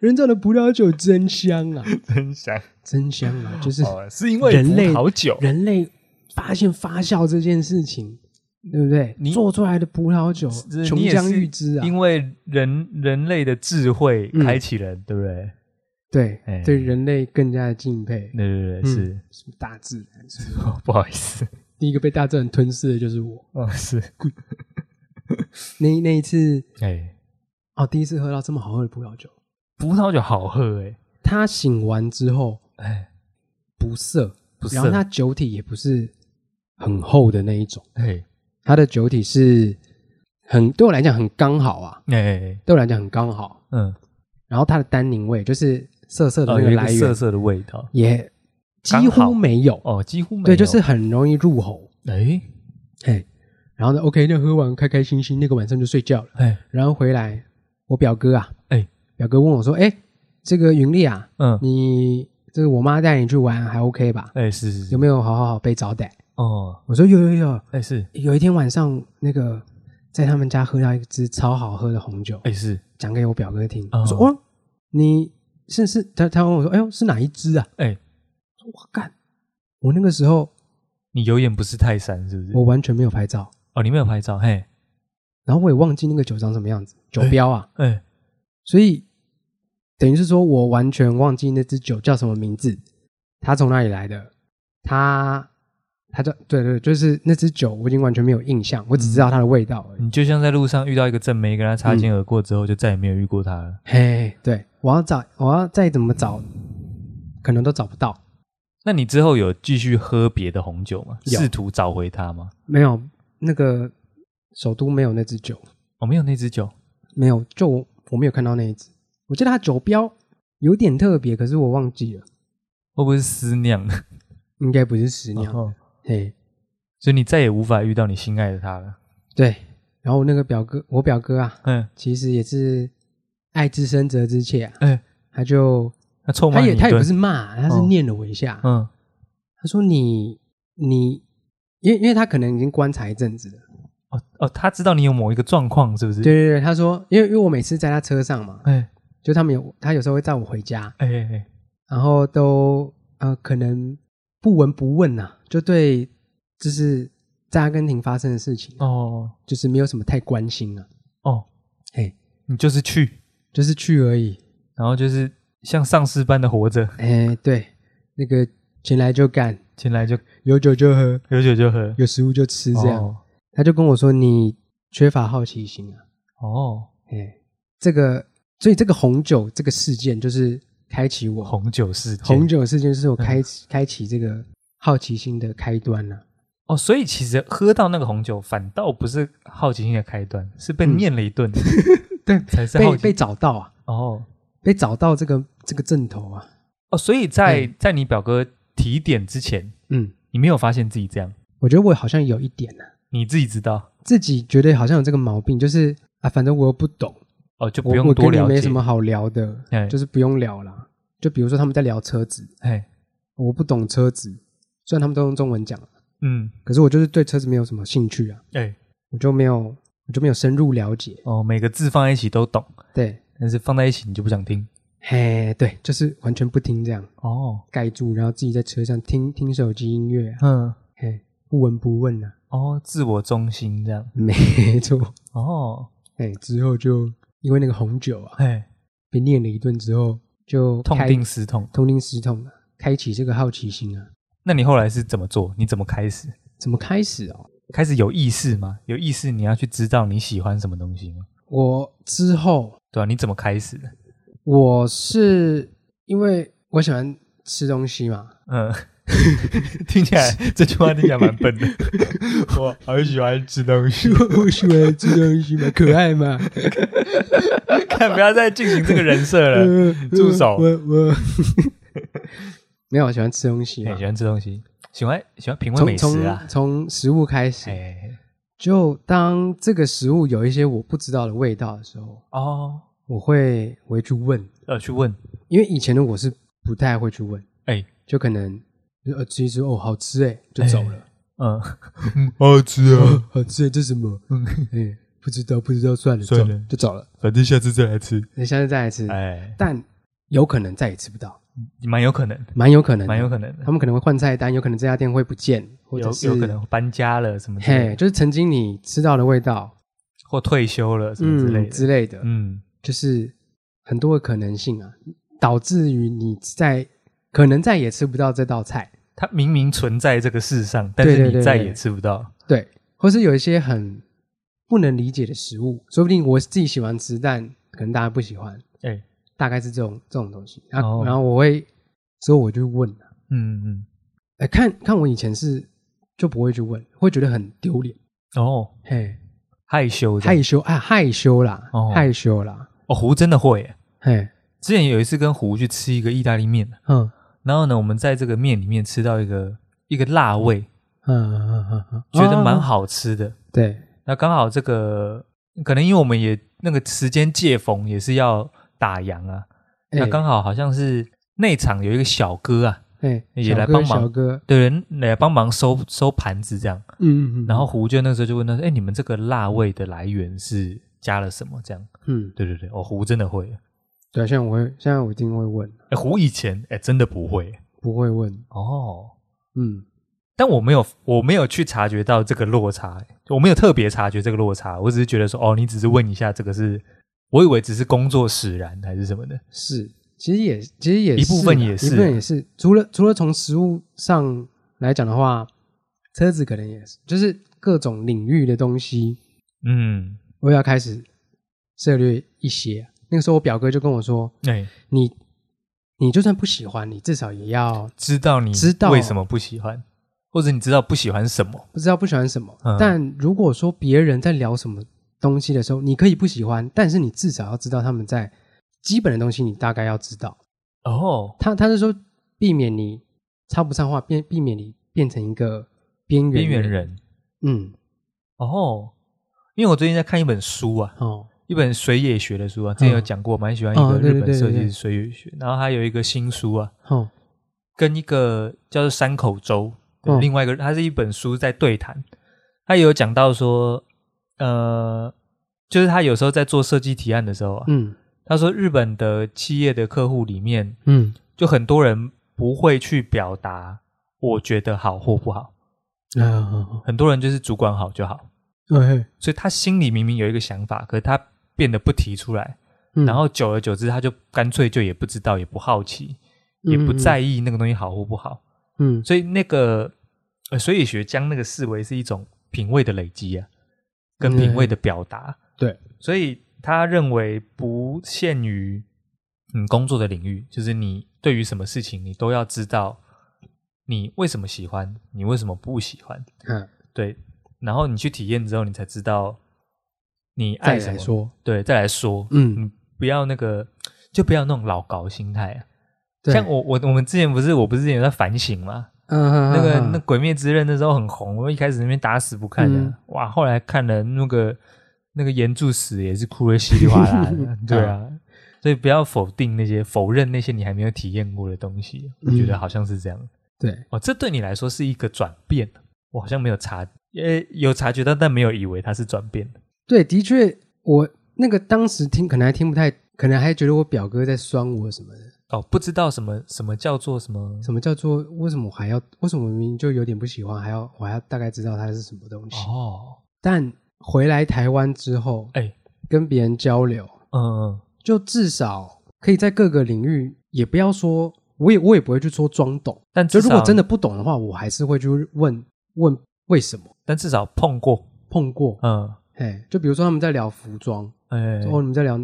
[SPEAKER 2] 人造的葡萄酒真香啊，
[SPEAKER 1] 真想
[SPEAKER 2] 真香啊！就是
[SPEAKER 1] 哦，是因为
[SPEAKER 2] 人类
[SPEAKER 1] 好久
[SPEAKER 2] 人类发现发酵这件事情，对不对
[SPEAKER 1] 你？
[SPEAKER 2] 做出来的葡萄酒
[SPEAKER 1] 是
[SPEAKER 2] 琼
[SPEAKER 1] 你也
[SPEAKER 2] 浆
[SPEAKER 1] 是
[SPEAKER 2] 玉脂啊，
[SPEAKER 1] 因为人人类的智慧
[SPEAKER 2] 嗯
[SPEAKER 1] 开启了，对不对？
[SPEAKER 2] 对
[SPEAKER 1] 哎
[SPEAKER 2] 对人类更加的敬佩。
[SPEAKER 1] 对对对，
[SPEAKER 2] 嗯
[SPEAKER 1] 是
[SPEAKER 2] 什么大自然？什么
[SPEAKER 1] 哦不好意思，
[SPEAKER 2] 第一个被大自然吞噬的就是我。
[SPEAKER 1] 哦是，
[SPEAKER 2] 那那一次
[SPEAKER 1] 哎，
[SPEAKER 2] 哦，第一次喝到这么好喝的葡萄酒，
[SPEAKER 1] 葡萄酒好喝哎
[SPEAKER 2] 他醒完之后
[SPEAKER 1] 哎，
[SPEAKER 2] 不涩，
[SPEAKER 1] 不
[SPEAKER 2] 然后
[SPEAKER 1] 是
[SPEAKER 2] 它酒体也不是很厚的那一种。
[SPEAKER 1] 哎
[SPEAKER 2] 它的酒体是很对我来讲很刚好啊，
[SPEAKER 1] 哎哎
[SPEAKER 2] 对我来讲很刚好。
[SPEAKER 1] 嗯。
[SPEAKER 2] 然后它的单宁味就是涩涩的
[SPEAKER 1] 哦，
[SPEAKER 2] 那
[SPEAKER 1] 有
[SPEAKER 2] 个
[SPEAKER 1] 一
[SPEAKER 2] 来
[SPEAKER 1] 个
[SPEAKER 2] 源、
[SPEAKER 1] 涩涩的味道
[SPEAKER 2] 也
[SPEAKER 1] 刚
[SPEAKER 2] 几
[SPEAKER 1] 好
[SPEAKER 2] 乎没有，
[SPEAKER 1] 哦，几乎没有。
[SPEAKER 2] 对，就是很容易入喉。
[SPEAKER 1] 哎
[SPEAKER 2] 嘿，然后呢，OK，那喝完开开心心，那个晚上就睡觉了。
[SPEAKER 1] 哎
[SPEAKER 2] 然后回来，我表哥啊，
[SPEAKER 1] 哎，
[SPEAKER 2] 表哥问我说：“哎，这个云丽啊，
[SPEAKER 1] 嗯
[SPEAKER 2] 你这个我妈带你去玩还 OK 吧？
[SPEAKER 1] 哎是是是
[SPEAKER 2] 有没有好好好被招待
[SPEAKER 1] 哦？”
[SPEAKER 2] 我说：“有有有。
[SPEAKER 1] 哎是”
[SPEAKER 2] 有一天晚上，那个在他们家喝到一支超好喝的红酒，
[SPEAKER 1] 哎是
[SPEAKER 2] 讲给我表哥听，
[SPEAKER 1] 哦
[SPEAKER 2] 我说哦，你是是他他问我说，哎呦是哪一支啊？
[SPEAKER 1] 哎，
[SPEAKER 2] 我说哇干，我那个时候
[SPEAKER 1] 你有眼不识泰山是不是
[SPEAKER 2] 我？完全没有拍照，
[SPEAKER 1] 哦，你没有拍照嘿
[SPEAKER 2] 然后我也忘记那个酒长什么样子，酒标啊，
[SPEAKER 1] 哎
[SPEAKER 2] 所以等于是说我完全忘记那支酒叫什么名字，它从哪里来的，它它叫对对，就是那支酒我已经完全没有印象，我只知道它的味道而已。
[SPEAKER 1] 你就像在路上遇到一个正妹，跟她
[SPEAKER 2] 嗯
[SPEAKER 1] 擦肩而过之后，就再也没有遇过她了。
[SPEAKER 2] 嘿，对，我要找我要再怎么找，可能都找不到。
[SPEAKER 1] 那你之后有继续喝别的红酒吗？
[SPEAKER 2] 有
[SPEAKER 1] 试图找回她吗？
[SPEAKER 2] 没有，那个首都没有那只酒，
[SPEAKER 1] 哦，没有那支酒
[SPEAKER 2] 没有，就我我没有看到那一只。我记得它酒标有点特别，可是我忘记了，
[SPEAKER 1] 会不会是私酿 的？
[SPEAKER 2] 应该不是十
[SPEAKER 1] 然
[SPEAKER 2] 年。
[SPEAKER 1] 后，
[SPEAKER 2] 嘿，
[SPEAKER 1] 所以你再也无法遇到你心爱的她了。
[SPEAKER 2] 对。然后我那个表哥，我表哥啊，
[SPEAKER 1] 嗯
[SPEAKER 2] 其实也是爱之深责之切、啊，
[SPEAKER 1] 哎
[SPEAKER 2] 他就
[SPEAKER 1] 他臭骂
[SPEAKER 2] 他
[SPEAKER 1] 你
[SPEAKER 2] 也
[SPEAKER 1] 一
[SPEAKER 2] 他也不
[SPEAKER 1] 顿，
[SPEAKER 2] 是骂，他是
[SPEAKER 1] 哦
[SPEAKER 2] 念了我一下，
[SPEAKER 1] 嗯
[SPEAKER 2] 他说你你，因为因为他可能已经观察一阵子了，
[SPEAKER 1] 哦哦，他知道你有某一个状况是不是？
[SPEAKER 2] 对，对对，他说因为因为我每次在他车上嘛，
[SPEAKER 1] 哎
[SPEAKER 2] 就他们有他有时候会载我回家，
[SPEAKER 1] 哎哎哎，
[SPEAKER 2] 然后都呃可能不闻不问呐、就对就是在阿根廷发生的事情，
[SPEAKER 1] 哦
[SPEAKER 2] 就是没有什么太关心啊，
[SPEAKER 1] 哦，
[SPEAKER 2] 嘿，
[SPEAKER 1] 你就是去，
[SPEAKER 2] 就是去而已，
[SPEAKER 1] 然后就是像丧尸般的活着，
[SPEAKER 2] 哎，对，那个钱来就干，
[SPEAKER 1] 进来就
[SPEAKER 2] 有酒就喝，
[SPEAKER 1] 有酒就喝，
[SPEAKER 2] 有食物就吃，这样。
[SPEAKER 1] 哦
[SPEAKER 2] 他就跟我说：“你缺乏好奇心啊。
[SPEAKER 1] 哦，”
[SPEAKER 2] 哎，这个，所以这个红酒这个事件就是开启我
[SPEAKER 1] 红嗯酒事件，
[SPEAKER 2] 红酒事件，是我开、开启这个好奇心的开端了、啊。
[SPEAKER 1] 哦，所以其实喝到那个红酒，反倒不是好奇心的开端，是被
[SPEAKER 2] 嗯
[SPEAKER 1] 念了一顿，
[SPEAKER 2] 对
[SPEAKER 1] 才是好
[SPEAKER 2] 被
[SPEAKER 1] 奇
[SPEAKER 2] 被找到啊，
[SPEAKER 1] 哦
[SPEAKER 2] 被找到这个这个阵头啊。
[SPEAKER 1] 哦，所以在在你表哥提点之前，
[SPEAKER 2] 嗯，
[SPEAKER 1] 你没有发现自己这样，
[SPEAKER 2] 我觉得我好像有一点呢、啊，
[SPEAKER 1] 你自己知道
[SPEAKER 2] 自己觉得好像有这个毛病，就是啊，反正我又不懂，
[SPEAKER 1] 哦，就不
[SPEAKER 2] 我
[SPEAKER 1] 用
[SPEAKER 2] 我
[SPEAKER 1] 多
[SPEAKER 2] 跟你
[SPEAKER 1] 了解，
[SPEAKER 2] 没什么好聊的，
[SPEAKER 1] 哎
[SPEAKER 2] 就是不用聊啦。就比如说他们在聊车子，
[SPEAKER 1] 哎
[SPEAKER 2] 我不懂车子，虽然他们都用中文讲，
[SPEAKER 1] 嗯
[SPEAKER 2] 可是我就是对车子没有什么兴趣啊，
[SPEAKER 1] 哎
[SPEAKER 2] 我就没有我就没有深入了解。
[SPEAKER 1] 哦，每个字放在一起都懂，
[SPEAKER 2] 对，
[SPEAKER 1] 但是放在一起你就不想听
[SPEAKER 2] 嘿，对，就是完全不听这样
[SPEAKER 1] 哦，
[SPEAKER 2] 盖住，然后自己在车上听听手机音乐、啊，
[SPEAKER 1] 嗯
[SPEAKER 2] 嘿，不闻不问啊，
[SPEAKER 1] 哦，自我中心这样
[SPEAKER 2] 没错。
[SPEAKER 1] 哦，
[SPEAKER 2] 哎，之后就因为那个红酒啊，
[SPEAKER 1] 哎，
[SPEAKER 2] 被念了一顿之后，就
[SPEAKER 1] 痛
[SPEAKER 2] 开
[SPEAKER 1] 定思痛，
[SPEAKER 2] 痛定思痛了，开启这个好奇心啊。
[SPEAKER 1] 那你后来是怎么做？你怎么开始？
[SPEAKER 2] 怎么开始哦？
[SPEAKER 1] 开始有意识吗？有意识你要去知道你喜欢什么东西吗？
[SPEAKER 2] 我之后
[SPEAKER 1] 对啊，你怎么开始的？
[SPEAKER 2] 我是因为我喜欢吃东西嘛，
[SPEAKER 1] 嗯，听起来这句话听起来蛮 笨的。我好喜欢吃东 西，
[SPEAKER 2] 我喜欢吃东西 嘛，可爱嘛，
[SPEAKER 1] 看不要再进行这个人设了。 住手
[SPEAKER 2] 我我 没有，我喜欢吃东西
[SPEAKER 1] 哎
[SPEAKER 2] 嘛
[SPEAKER 1] 喜，欢吃东西，喜欢喜欢品味
[SPEAKER 2] 从
[SPEAKER 1] 美食
[SPEAKER 2] 从
[SPEAKER 1] 啊。
[SPEAKER 2] 从食物开始，
[SPEAKER 1] 哎，
[SPEAKER 2] 就当这个食物有一些我不知道的味道的时候，
[SPEAKER 1] 哦，
[SPEAKER 2] 我会我会去问，
[SPEAKER 1] 呃，去问，
[SPEAKER 2] 因为以前的我是不太会去问，
[SPEAKER 1] 哎，
[SPEAKER 2] 就可能就呃吃一吃哦好吃哎就走了，
[SPEAKER 1] 嗯， 好吃啊
[SPEAKER 2] 哦，好吃哎这什么？
[SPEAKER 1] 嗯
[SPEAKER 2] 哎不知道不知道算了
[SPEAKER 1] 算
[SPEAKER 2] 走
[SPEAKER 1] 了
[SPEAKER 2] 就走了，
[SPEAKER 1] 反正下次再来吃。
[SPEAKER 2] 那下次再来吃，
[SPEAKER 1] 哎，
[SPEAKER 2] 但有可能再也吃不到，
[SPEAKER 1] 蛮有可能，
[SPEAKER 2] 蛮有可能的，
[SPEAKER 1] 蛮有可能的
[SPEAKER 2] 他，们可能会换菜单，有可能这家店会不见，或
[SPEAKER 1] 有
[SPEAKER 2] 者是
[SPEAKER 1] 有可能搬家了什么之类
[SPEAKER 2] 嘿，
[SPEAKER 1] 的，
[SPEAKER 2] 就是曾经你吃到的味道，
[SPEAKER 1] 或退休了什么之类
[SPEAKER 2] 嗯
[SPEAKER 1] 的。
[SPEAKER 2] 之类的，
[SPEAKER 1] 嗯，
[SPEAKER 2] 就是很多的可能性啊，导致于你在可能再也吃不到这道菜，
[SPEAKER 1] 它明明存在这个世上，但是
[SPEAKER 2] 对
[SPEAKER 1] 你
[SPEAKER 2] 对
[SPEAKER 1] 再
[SPEAKER 2] 对
[SPEAKER 1] 也吃不到。
[SPEAKER 2] 对，或是有一些很不能理解的食物，说不定我自己喜欢吃，但可能大家不喜欢，
[SPEAKER 1] 哎，
[SPEAKER 2] 大概是这种这种东西。啊
[SPEAKER 1] 哦
[SPEAKER 2] 然后我会，所以我就问啊，
[SPEAKER 1] 嗯
[SPEAKER 2] 哎，看看我以前是就不会去问，会觉得很丢脸，
[SPEAKER 1] 嗯，哦，
[SPEAKER 2] 嘿，
[SPEAKER 1] 害羞的，
[SPEAKER 2] 害羞啊，害羞啦，
[SPEAKER 1] 哦
[SPEAKER 2] 害羞啦，
[SPEAKER 1] 哦，胡真的会耶。
[SPEAKER 2] 嘿，
[SPEAKER 1] 之前有一次跟胡去吃一个意大利面，
[SPEAKER 2] 嗯
[SPEAKER 1] 然后呢，我们在这个面里面吃到一个一个辣味，
[SPEAKER 2] 嗯嗯嗯嗯，
[SPEAKER 1] 觉得蛮
[SPEAKER 2] 啊，
[SPEAKER 1] 好吃的。
[SPEAKER 2] 对，
[SPEAKER 1] 那刚好这个可能因为我们也那个时间借逢也是要打烊啊，那
[SPEAKER 2] 哎
[SPEAKER 1] 刚好好像是内场有一个小哥啊，
[SPEAKER 2] 哎，
[SPEAKER 1] 也
[SPEAKER 2] 小
[SPEAKER 1] 来
[SPEAKER 2] 哥
[SPEAKER 1] 帮忙
[SPEAKER 2] 小哥，
[SPEAKER 1] 对人来帮忙收收盘子这样。
[SPEAKER 2] 嗯嗯嗯，
[SPEAKER 1] 然后胡娟那时候就问他说：“哎，你们这个辣味的来源是加了什么？”这样，
[SPEAKER 2] 嗯，
[SPEAKER 1] 对对对，哦，胡真的会，
[SPEAKER 2] 对，像我会，现在我一定会问，
[SPEAKER 1] 哎，胡以前哎真的不会
[SPEAKER 2] 不会问，
[SPEAKER 1] 哦，
[SPEAKER 2] 嗯，
[SPEAKER 1] 但我没有我没有去察觉到这个落差，哎我没有特别察觉这个落差，我只是觉得说哦，你只是问一下这个是，我以为只是工作使然还是什么的，
[SPEAKER 2] 是，其实也其实也
[SPEAKER 1] 一部分
[SPEAKER 2] 啦
[SPEAKER 1] 也是
[SPEAKER 2] 一部分也是，除了除了从食物上来讲的话，车子可能也是，就是各种领域的东西，
[SPEAKER 1] 嗯，
[SPEAKER 2] 我也要开始涉略一些。那个时候我表哥就跟我说，
[SPEAKER 1] 哎，
[SPEAKER 2] 你你就算不喜欢，你至少也要
[SPEAKER 1] 知道你
[SPEAKER 2] 知道
[SPEAKER 1] 为什么不喜欢，或者你知道不喜欢什么，
[SPEAKER 2] 不知道不喜欢什么，
[SPEAKER 1] 嗯
[SPEAKER 2] 但如果说别人在聊什么东西的时候，你可以不喜欢，但是你至少要知道他们在基本的东西，你大概要知道。
[SPEAKER 1] 哦，
[SPEAKER 2] 他他是说避免你插不上话，避避免你变成一个边缘
[SPEAKER 1] 边缘，人，
[SPEAKER 2] 嗯，
[SPEAKER 1] 哦，因为我最近在看一本书啊，
[SPEAKER 2] 哦，
[SPEAKER 1] 一本水野学的书啊，之前有讲过，蛮喜欢一
[SPEAKER 2] 哦
[SPEAKER 1] 个
[SPEAKER 2] 对
[SPEAKER 1] 日
[SPEAKER 2] 对
[SPEAKER 1] 本
[SPEAKER 2] 对
[SPEAKER 1] 设
[SPEAKER 2] 对
[SPEAKER 1] 计
[SPEAKER 2] 对
[SPEAKER 1] 师水野学，然后他有一个新书啊，
[SPEAKER 2] 哦，
[SPEAKER 1] 跟一个叫做山口周的
[SPEAKER 2] 哦
[SPEAKER 1] 另外一个，他是一本书在对谈，他有讲到说，呃，就是他有时候在做设计提案的时候啊，
[SPEAKER 2] 嗯
[SPEAKER 1] 他说日本的企业的客户里面，
[SPEAKER 2] 嗯，
[SPEAKER 1] 就很多人不会去表达我觉得好或不好，嗯
[SPEAKER 2] 啊，
[SPEAKER 1] 很多人就是主管好就好，
[SPEAKER 2] 哎，
[SPEAKER 1] 所以他心里明明有一个想法，可是他变得不提出来，
[SPEAKER 2] 嗯
[SPEAKER 1] 然后久而久之，他就干脆就也不知道，也不好奇，也不在，意那个东西好或不好。
[SPEAKER 2] 嗯
[SPEAKER 1] 所以那个呃，所以学将那个视为是一种品味的累积啊，跟品味的表达。
[SPEAKER 2] 嗯对，
[SPEAKER 1] 所以他认为不限于你工作的领域，就是你对于什么事情，你都要知道你为什么喜欢，你为什么不喜欢。
[SPEAKER 2] 嗯，
[SPEAKER 1] 对，然后你去体验之后，你才知道你
[SPEAKER 2] 再
[SPEAKER 1] 爱什
[SPEAKER 2] 来
[SPEAKER 1] 么。
[SPEAKER 2] 说，
[SPEAKER 1] 对，再来说，
[SPEAKER 2] 嗯，
[SPEAKER 1] 你不要那个，就不要那种老搞心态啊。
[SPEAKER 2] 对
[SPEAKER 1] 像，我我我们之前不是我不是之前有在反省吗？
[SPEAKER 2] 那
[SPEAKER 1] 那
[SPEAKER 2] 啊
[SPEAKER 1] 个那《鬼灭之刃》那时候很红，我一开始那边打死不看的，
[SPEAKER 2] 嗯，
[SPEAKER 1] 哇，后来看了那个那个岩柱死也是哭的稀里哗啦的 对啊，所以不要否定那些否认那些你还没有体验过的东西，我
[SPEAKER 2] 嗯
[SPEAKER 1] 觉得好像是这样。
[SPEAKER 2] 对，
[SPEAKER 1] 哦，这对你来说是一个转变，我好像没有察，呃，有察觉到，但没有以为它是转变的。
[SPEAKER 2] 对，的确，我那个当时听可能还听不太，可能还觉得我表哥在酸我什么的。
[SPEAKER 1] 哦，不知道什么什么叫做什么
[SPEAKER 2] 什么叫做为什么我还要？为什么我明明就有点不喜欢，还要我还要大概知道它是什么东西？
[SPEAKER 1] 哦，
[SPEAKER 2] 但回来台湾之后，
[SPEAKER 1] 哎，
[SPEAKER 2] 跟别人交流，
[SPEAKER 1] 嗯，
[SPEAKER 2] 就至少可以在各个领域，也不要说，我也我也不会去说装懂。
[SPEAKER 1] 但
[SPEAKER 2] 就
[SPEAKER 1] 至
[SPEAKER 2] 如果
[SPEAKER 1] 少
[SPEAKER 2] 真的，不懂的话，我还是会去问问为什么
[SPEAKER 1] 但至少碰过，
[SPEAKER 2] 碰过。
[SPEAKER 1] 嗯，
[SPEAKER 2] 哎，就比如说他们在聊服装，
[SPEAKER 1] 哎，
[SPEAKER 2] 或你们在聊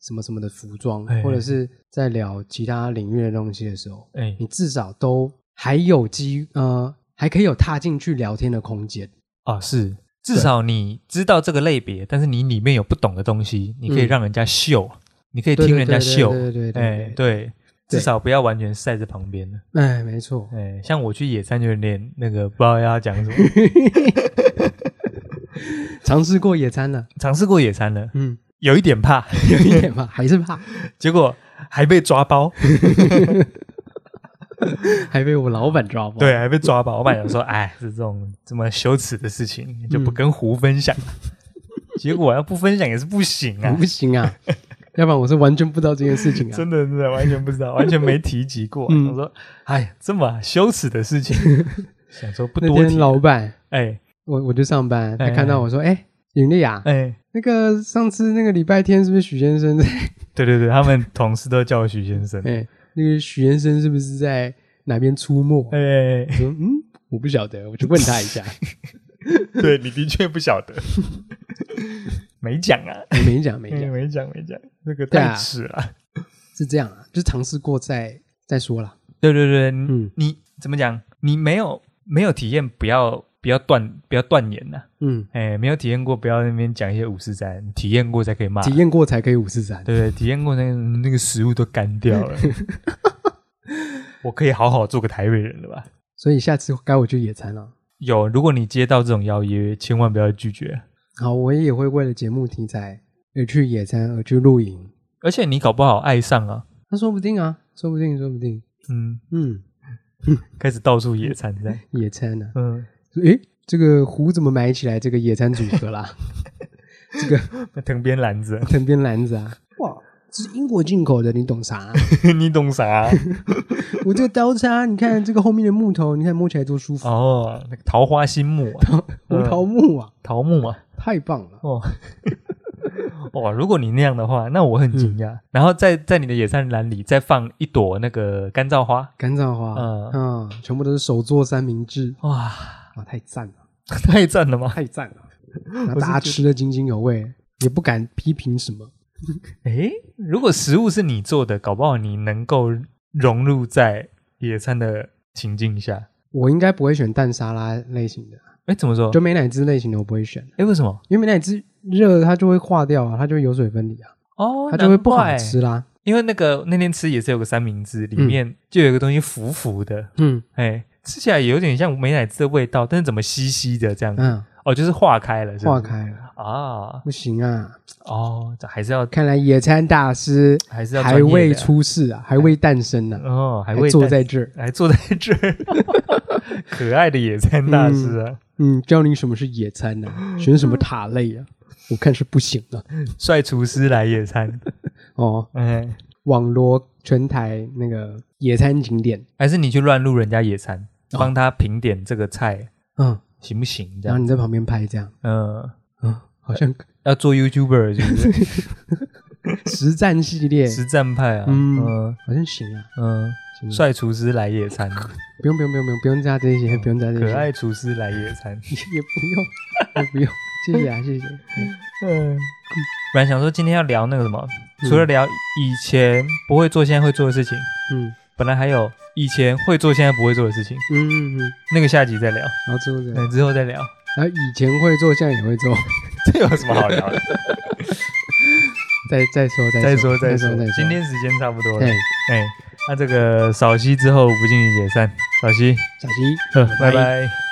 [SPEAKER 2] 什么什么的服装，
[SPEAKER 1] 哎
[SPEAKER 2] 或者是在聊其他领域的东西的时候，
[SPEAKER 1] 哎，
[SPEAKER 2] 你至少都还有机呃，还可以有踏进去聊天的空间。
[SPEAKER 1] 啊，是，至少你知道这个类别，但是你里面有不懂的东西，你可以
[SPEAKER 2] 嗯
[SPEAKER 1] 让人家秀，你可以
[SPEAKER 2] 对
[SPEAKER 1] 听
[SPEAKER 2] 对
[SPEAKER 1] 人家
[SPEAKER 2] 对对
[SPEAKER 1] 秀，
[SPEAKER 2] 对对对
[SPEAKER 1] 哎
[SPEAKER 2] 对，对，
[SPEAKER 1] 对，
[SPEAKER 2] 对
[SPEAKER 1] 至少不要完全晒在旁边的。
[SPEAKER 2] 哎，没错，
[SPEAKER 1] 哎，像我去野餐就有点那个，不知道要讲什么，
[SPEAKER 2] 尝试过野餐了，
[SPEAKER 1] 尝试过野餐了，
[SPEAKER 2] 嗯，
[SPEAKER 1] 有一点怕，
[SPEAKER 2] 有一点吧， 还是怕，
[SPEAKER 1] 结果还被抓包，
[SPEAKER 2] 嗯还被我老板抓包。
[SPEAKER 1] 对，啊还被抓包。我本来想说，哎，是这种这么羞耻的事情，
[SPEAKER 2] 嗯
[SPEAKER 1] 就不跟胡分享。 结果要不分享也是不行啊
[SPEAKER 2] 我，不 行啊，要不然我是完全不知道这件事情啊。
[SPEAKER 1] 真的真的完全不知 道，完全没提及过。
[SPEAKER 2] 嗯
[SPEAKER 1] 想说，哎，这么羞耻的事情， 想说不
[SPEAKER 2] 那
[SPEAKER 1] 多提
[SPEAKER 2] 天。老板，
[SPEAKER 1] 哎
[SPEAKER 2] 我我就上班，他
[SPEAKER 1] 哎
[SPEAKER 2] 看到我说，哎，云丽啊，
[SPEAKER 1] 哎，
[SPEAKER 2] 那个上次那个礼拜天是不是许先生在？
[SPEAKER 1] 对对对，他们同事都叫我许先 生。
[SPEAKER 2] 哎，那个许先生是不是在哪边出没？
[SPEAKER 1] 哎，
[SPEAKER 2] 我说嗯，我不晓得，我就问他 一下，
[SPEAKER 1] 对你的确不 晓得，没讲啊，
[SPEAKER 2] 我没讲没
[SPEAKER 1] 哎
[SPEAKER 2] 讲，
[SPEAKER 1] 没讲没讲，那个
[SPEAKER 2] 对
[SPEAKER 1] 太
[SPEAKER 2] 啊
[SPEAKER 1] 迟了。
[SPEAKER 2] 是这样啊，就尝试过再再说啦。
[SPEAKER 1] 对对对，你
[SPEAKER 2] 嗯
[SPEAKER 1] 你怎么讲？你没有没有体验，不要不要断不要断言呐。
[SPEAKER 2] 嗯，
[SPEAKER 1] 哎，没有体验过，不要在那边讲一些五四三，你体验过才可以骂。
[SPEAKER 2] 体验过才可以五四三。
[SPEAKER 1] 啊对对，体验过那个那个食物都干掉 了。我可以好好做个台北人了吧？
[SPEAKER 2] 所以下次该我去野餐了。
[SPEAKER 1] 有，如果你接到这种邀约，千万不要拒绝。
[SPEAKER 2] 好，我也会为了节目题材而去野餐，而去露营。
[SPEAKER 1] 而且你搞不好爱上啊，
[SPEAKER 2] 那说不定啊，说不定，说不定，
[SPEAKER 1] 嗯，
[SPEAKER 2] 嗯，
[SPEAKER 1] 开始到处野餐这样，
[SPEAKER 2] 野餐呢、啊？
[SPEAKER 1] 嗯，
[SPEAKER 2] 诶，这个壶怎么买起来？这个野餐组合 啦，这个
[SPEAKER 1] 藤编篮子，
[SPEAKER 2] 藤编篮子啊，哇，这是英国进口的，你懂啥、 啊
[SPEAKER 1] 你懂啥、
[SPEAKER 2] 我这个刀叉，你看这个后面的木头，你看摸起来多舒服，
[SPEAKER 1] 哦，那个桃花心木啊，
[SPEAKER 2] 胡桃木啊，
[SPEAKER 1] 桃木啊，
[SPEAKER 2] 太棒了。
[SPEAKER 1] 哦，哦，如果你那样的话，那我很惊讶。然后在在你的野餐篮里再放一朵那个干燥花，
[SPEAKER 2] 干燥花，
[SPEAKER 1] 嗯
[SPEAKER 2] 嗯，全部都是手做三明治，
[SPEAKER 1] 哇，
[SPEAKER 2] 啊，太赞了，
[SPEAKER 1] 太赞了吗？
[SPEAKER 2] 太赞 了！然后大家吃的津津有味，也不敢批评什么。
[SPEAKER 1] 诶，如果食物是你做的，搞不好你能够融入在野餐的情境下。
[SPEAKER 2] 我应该不会选蛋沙拉类型的，
[SPEAKER 1] 诶，怎么说
[SPEAKER 2] 就？美乃滋类型的我不会选，
[SPEAKER 1] 诶，为什么？
[SPEAKER 2] 因为美乃滋热了它就会化掉啊，它就会有水分离啊，
[SPEAKER 1] 哦，
[SPEAKER 2] 它就会不
[SPEAKER 1] 难
[SPEAKER 2] 好
[SPEAKER 1] 怪
[SPEAKER 2] 吃嗯啦。
[SPEAKER 1] 因为那个那天吃也是有个三明治，里面就有一个东西浮浮的，
[SPEAKER 2] 嗯
[SPEAKER 1] 诶，吃起来有点像美乃滋的味道，但是怎么稀稀的这样？
[SPEAKER 2] 嗯，
[SPEAKER 1] 哦，就是化开了是不是
[SPEAKER 2] 化开了，
[SPEAKER 1] 啊，
[SPEAKER 2] 不行啊！
[SPEAKER 1] 哦，这还是要
[SPEAKER 2] 看来野餐大师
[SPEAKER 1] 还是要
[SPEAKER 2] 还
[SPEAKER 1] 专业
[SPEAKER 2] 未
[SPEAKER 1] 的
[SPEAKER 2] 出世啊，还未诞生呢、
[SPEAKER 1] 哦， 还
[SPEAKER 2] 还
[SPEAKER 1] 未
[SPEAKER 2] 坐
[SPEAKER 1] 带
[SPEAKER 2] 在这儿。
[SPEAKER 1] 还坐在这儿， 可爱的野餐大师啊，
[SPEAKER 2] 嗯，教你什么是野餐呢、选什么塔类啊？我看是不行的、
[SPEAKER 1] 帅厨师来野餐，
[SPEAKER 2] 哦。
[SPEAKER 1] 哎，
[SPEAKER 2] 网罗全台那个野餐景点，
[SPEAKER 1] 还是你去乱入人家野餐，
[SPEAKER 2] 哦
[SPEAKER 1] 帮他评点这个菜
[SPEAKER 2] 嗯，
[SPEAKER 1] 行不行？这
[SPEAKER 2] 然后
[SPEAKER 1] 样，
[SPEAKER 2] 你在旁边拍这样，
[SPEAKER 1] 嗯，
[SPEAKER 2] 嗯，好 像
[SPEAKER 1] 要做 YouTuber 是 不是？
[SPEAKER 2] 实战系列，
[SPEAKER 1] 实战派啊，
[SPEAKER 2] 嗯
[SPEAKER 1] 嗯
[SPEAKER 2] 好像行啊。
[SPEAKER 1] 嗯，
[SPEAKER 2] 行啊
[SPEAKER 1] 帅厨师来野餐，
[SPEAKER 2] 不用不用不用不用不用加这些，不用加这些，
[SPEAKER 1] 哦可爱厨师来野餐，
[SPEAKER 2] 也不用 也不用，谢谢啊谢谢。
[SPEAKER 1] 嗯。本来想说今天要聊那个什么，除了聊以前不会做现在会做的事情，
[SPEAKER 2] 嗯
[SPEAKER 1] 本来还有以前会做现在不会做的事情，
[SPEAKER 2] 嗯嗯嗯，
[SPEAKER 1] 那个下集再聊，
[SPEAKER 2] 然后最后这样，
[SPEAKER 1] 等之后再 聊。
[SPEAKER 2] 然后以前会做，现在也会做，
[SPEAKER 1] 这有什么好聊的？
[SPEAKER 2] 再再说 再
[SPEAKER 1] 再
[SPEAKER 2] 说
[SPEAKER 1] 说
[SPEAKER 2] 再
[SPEAKER 1] 说
[SPEAKER 2] 再说。，
[SPEAKER 1] 今天时间差不多了。
[SPEAKER 2] 哎，
[SPEAKER 1] 哎，那这个扫息之后不进行解散，扫息，
[SPEAKER 2] 小西，
[SPEAKER 1] 呃，
[SPEAKER 2] 拜
[SPEAKER 1] 拜拜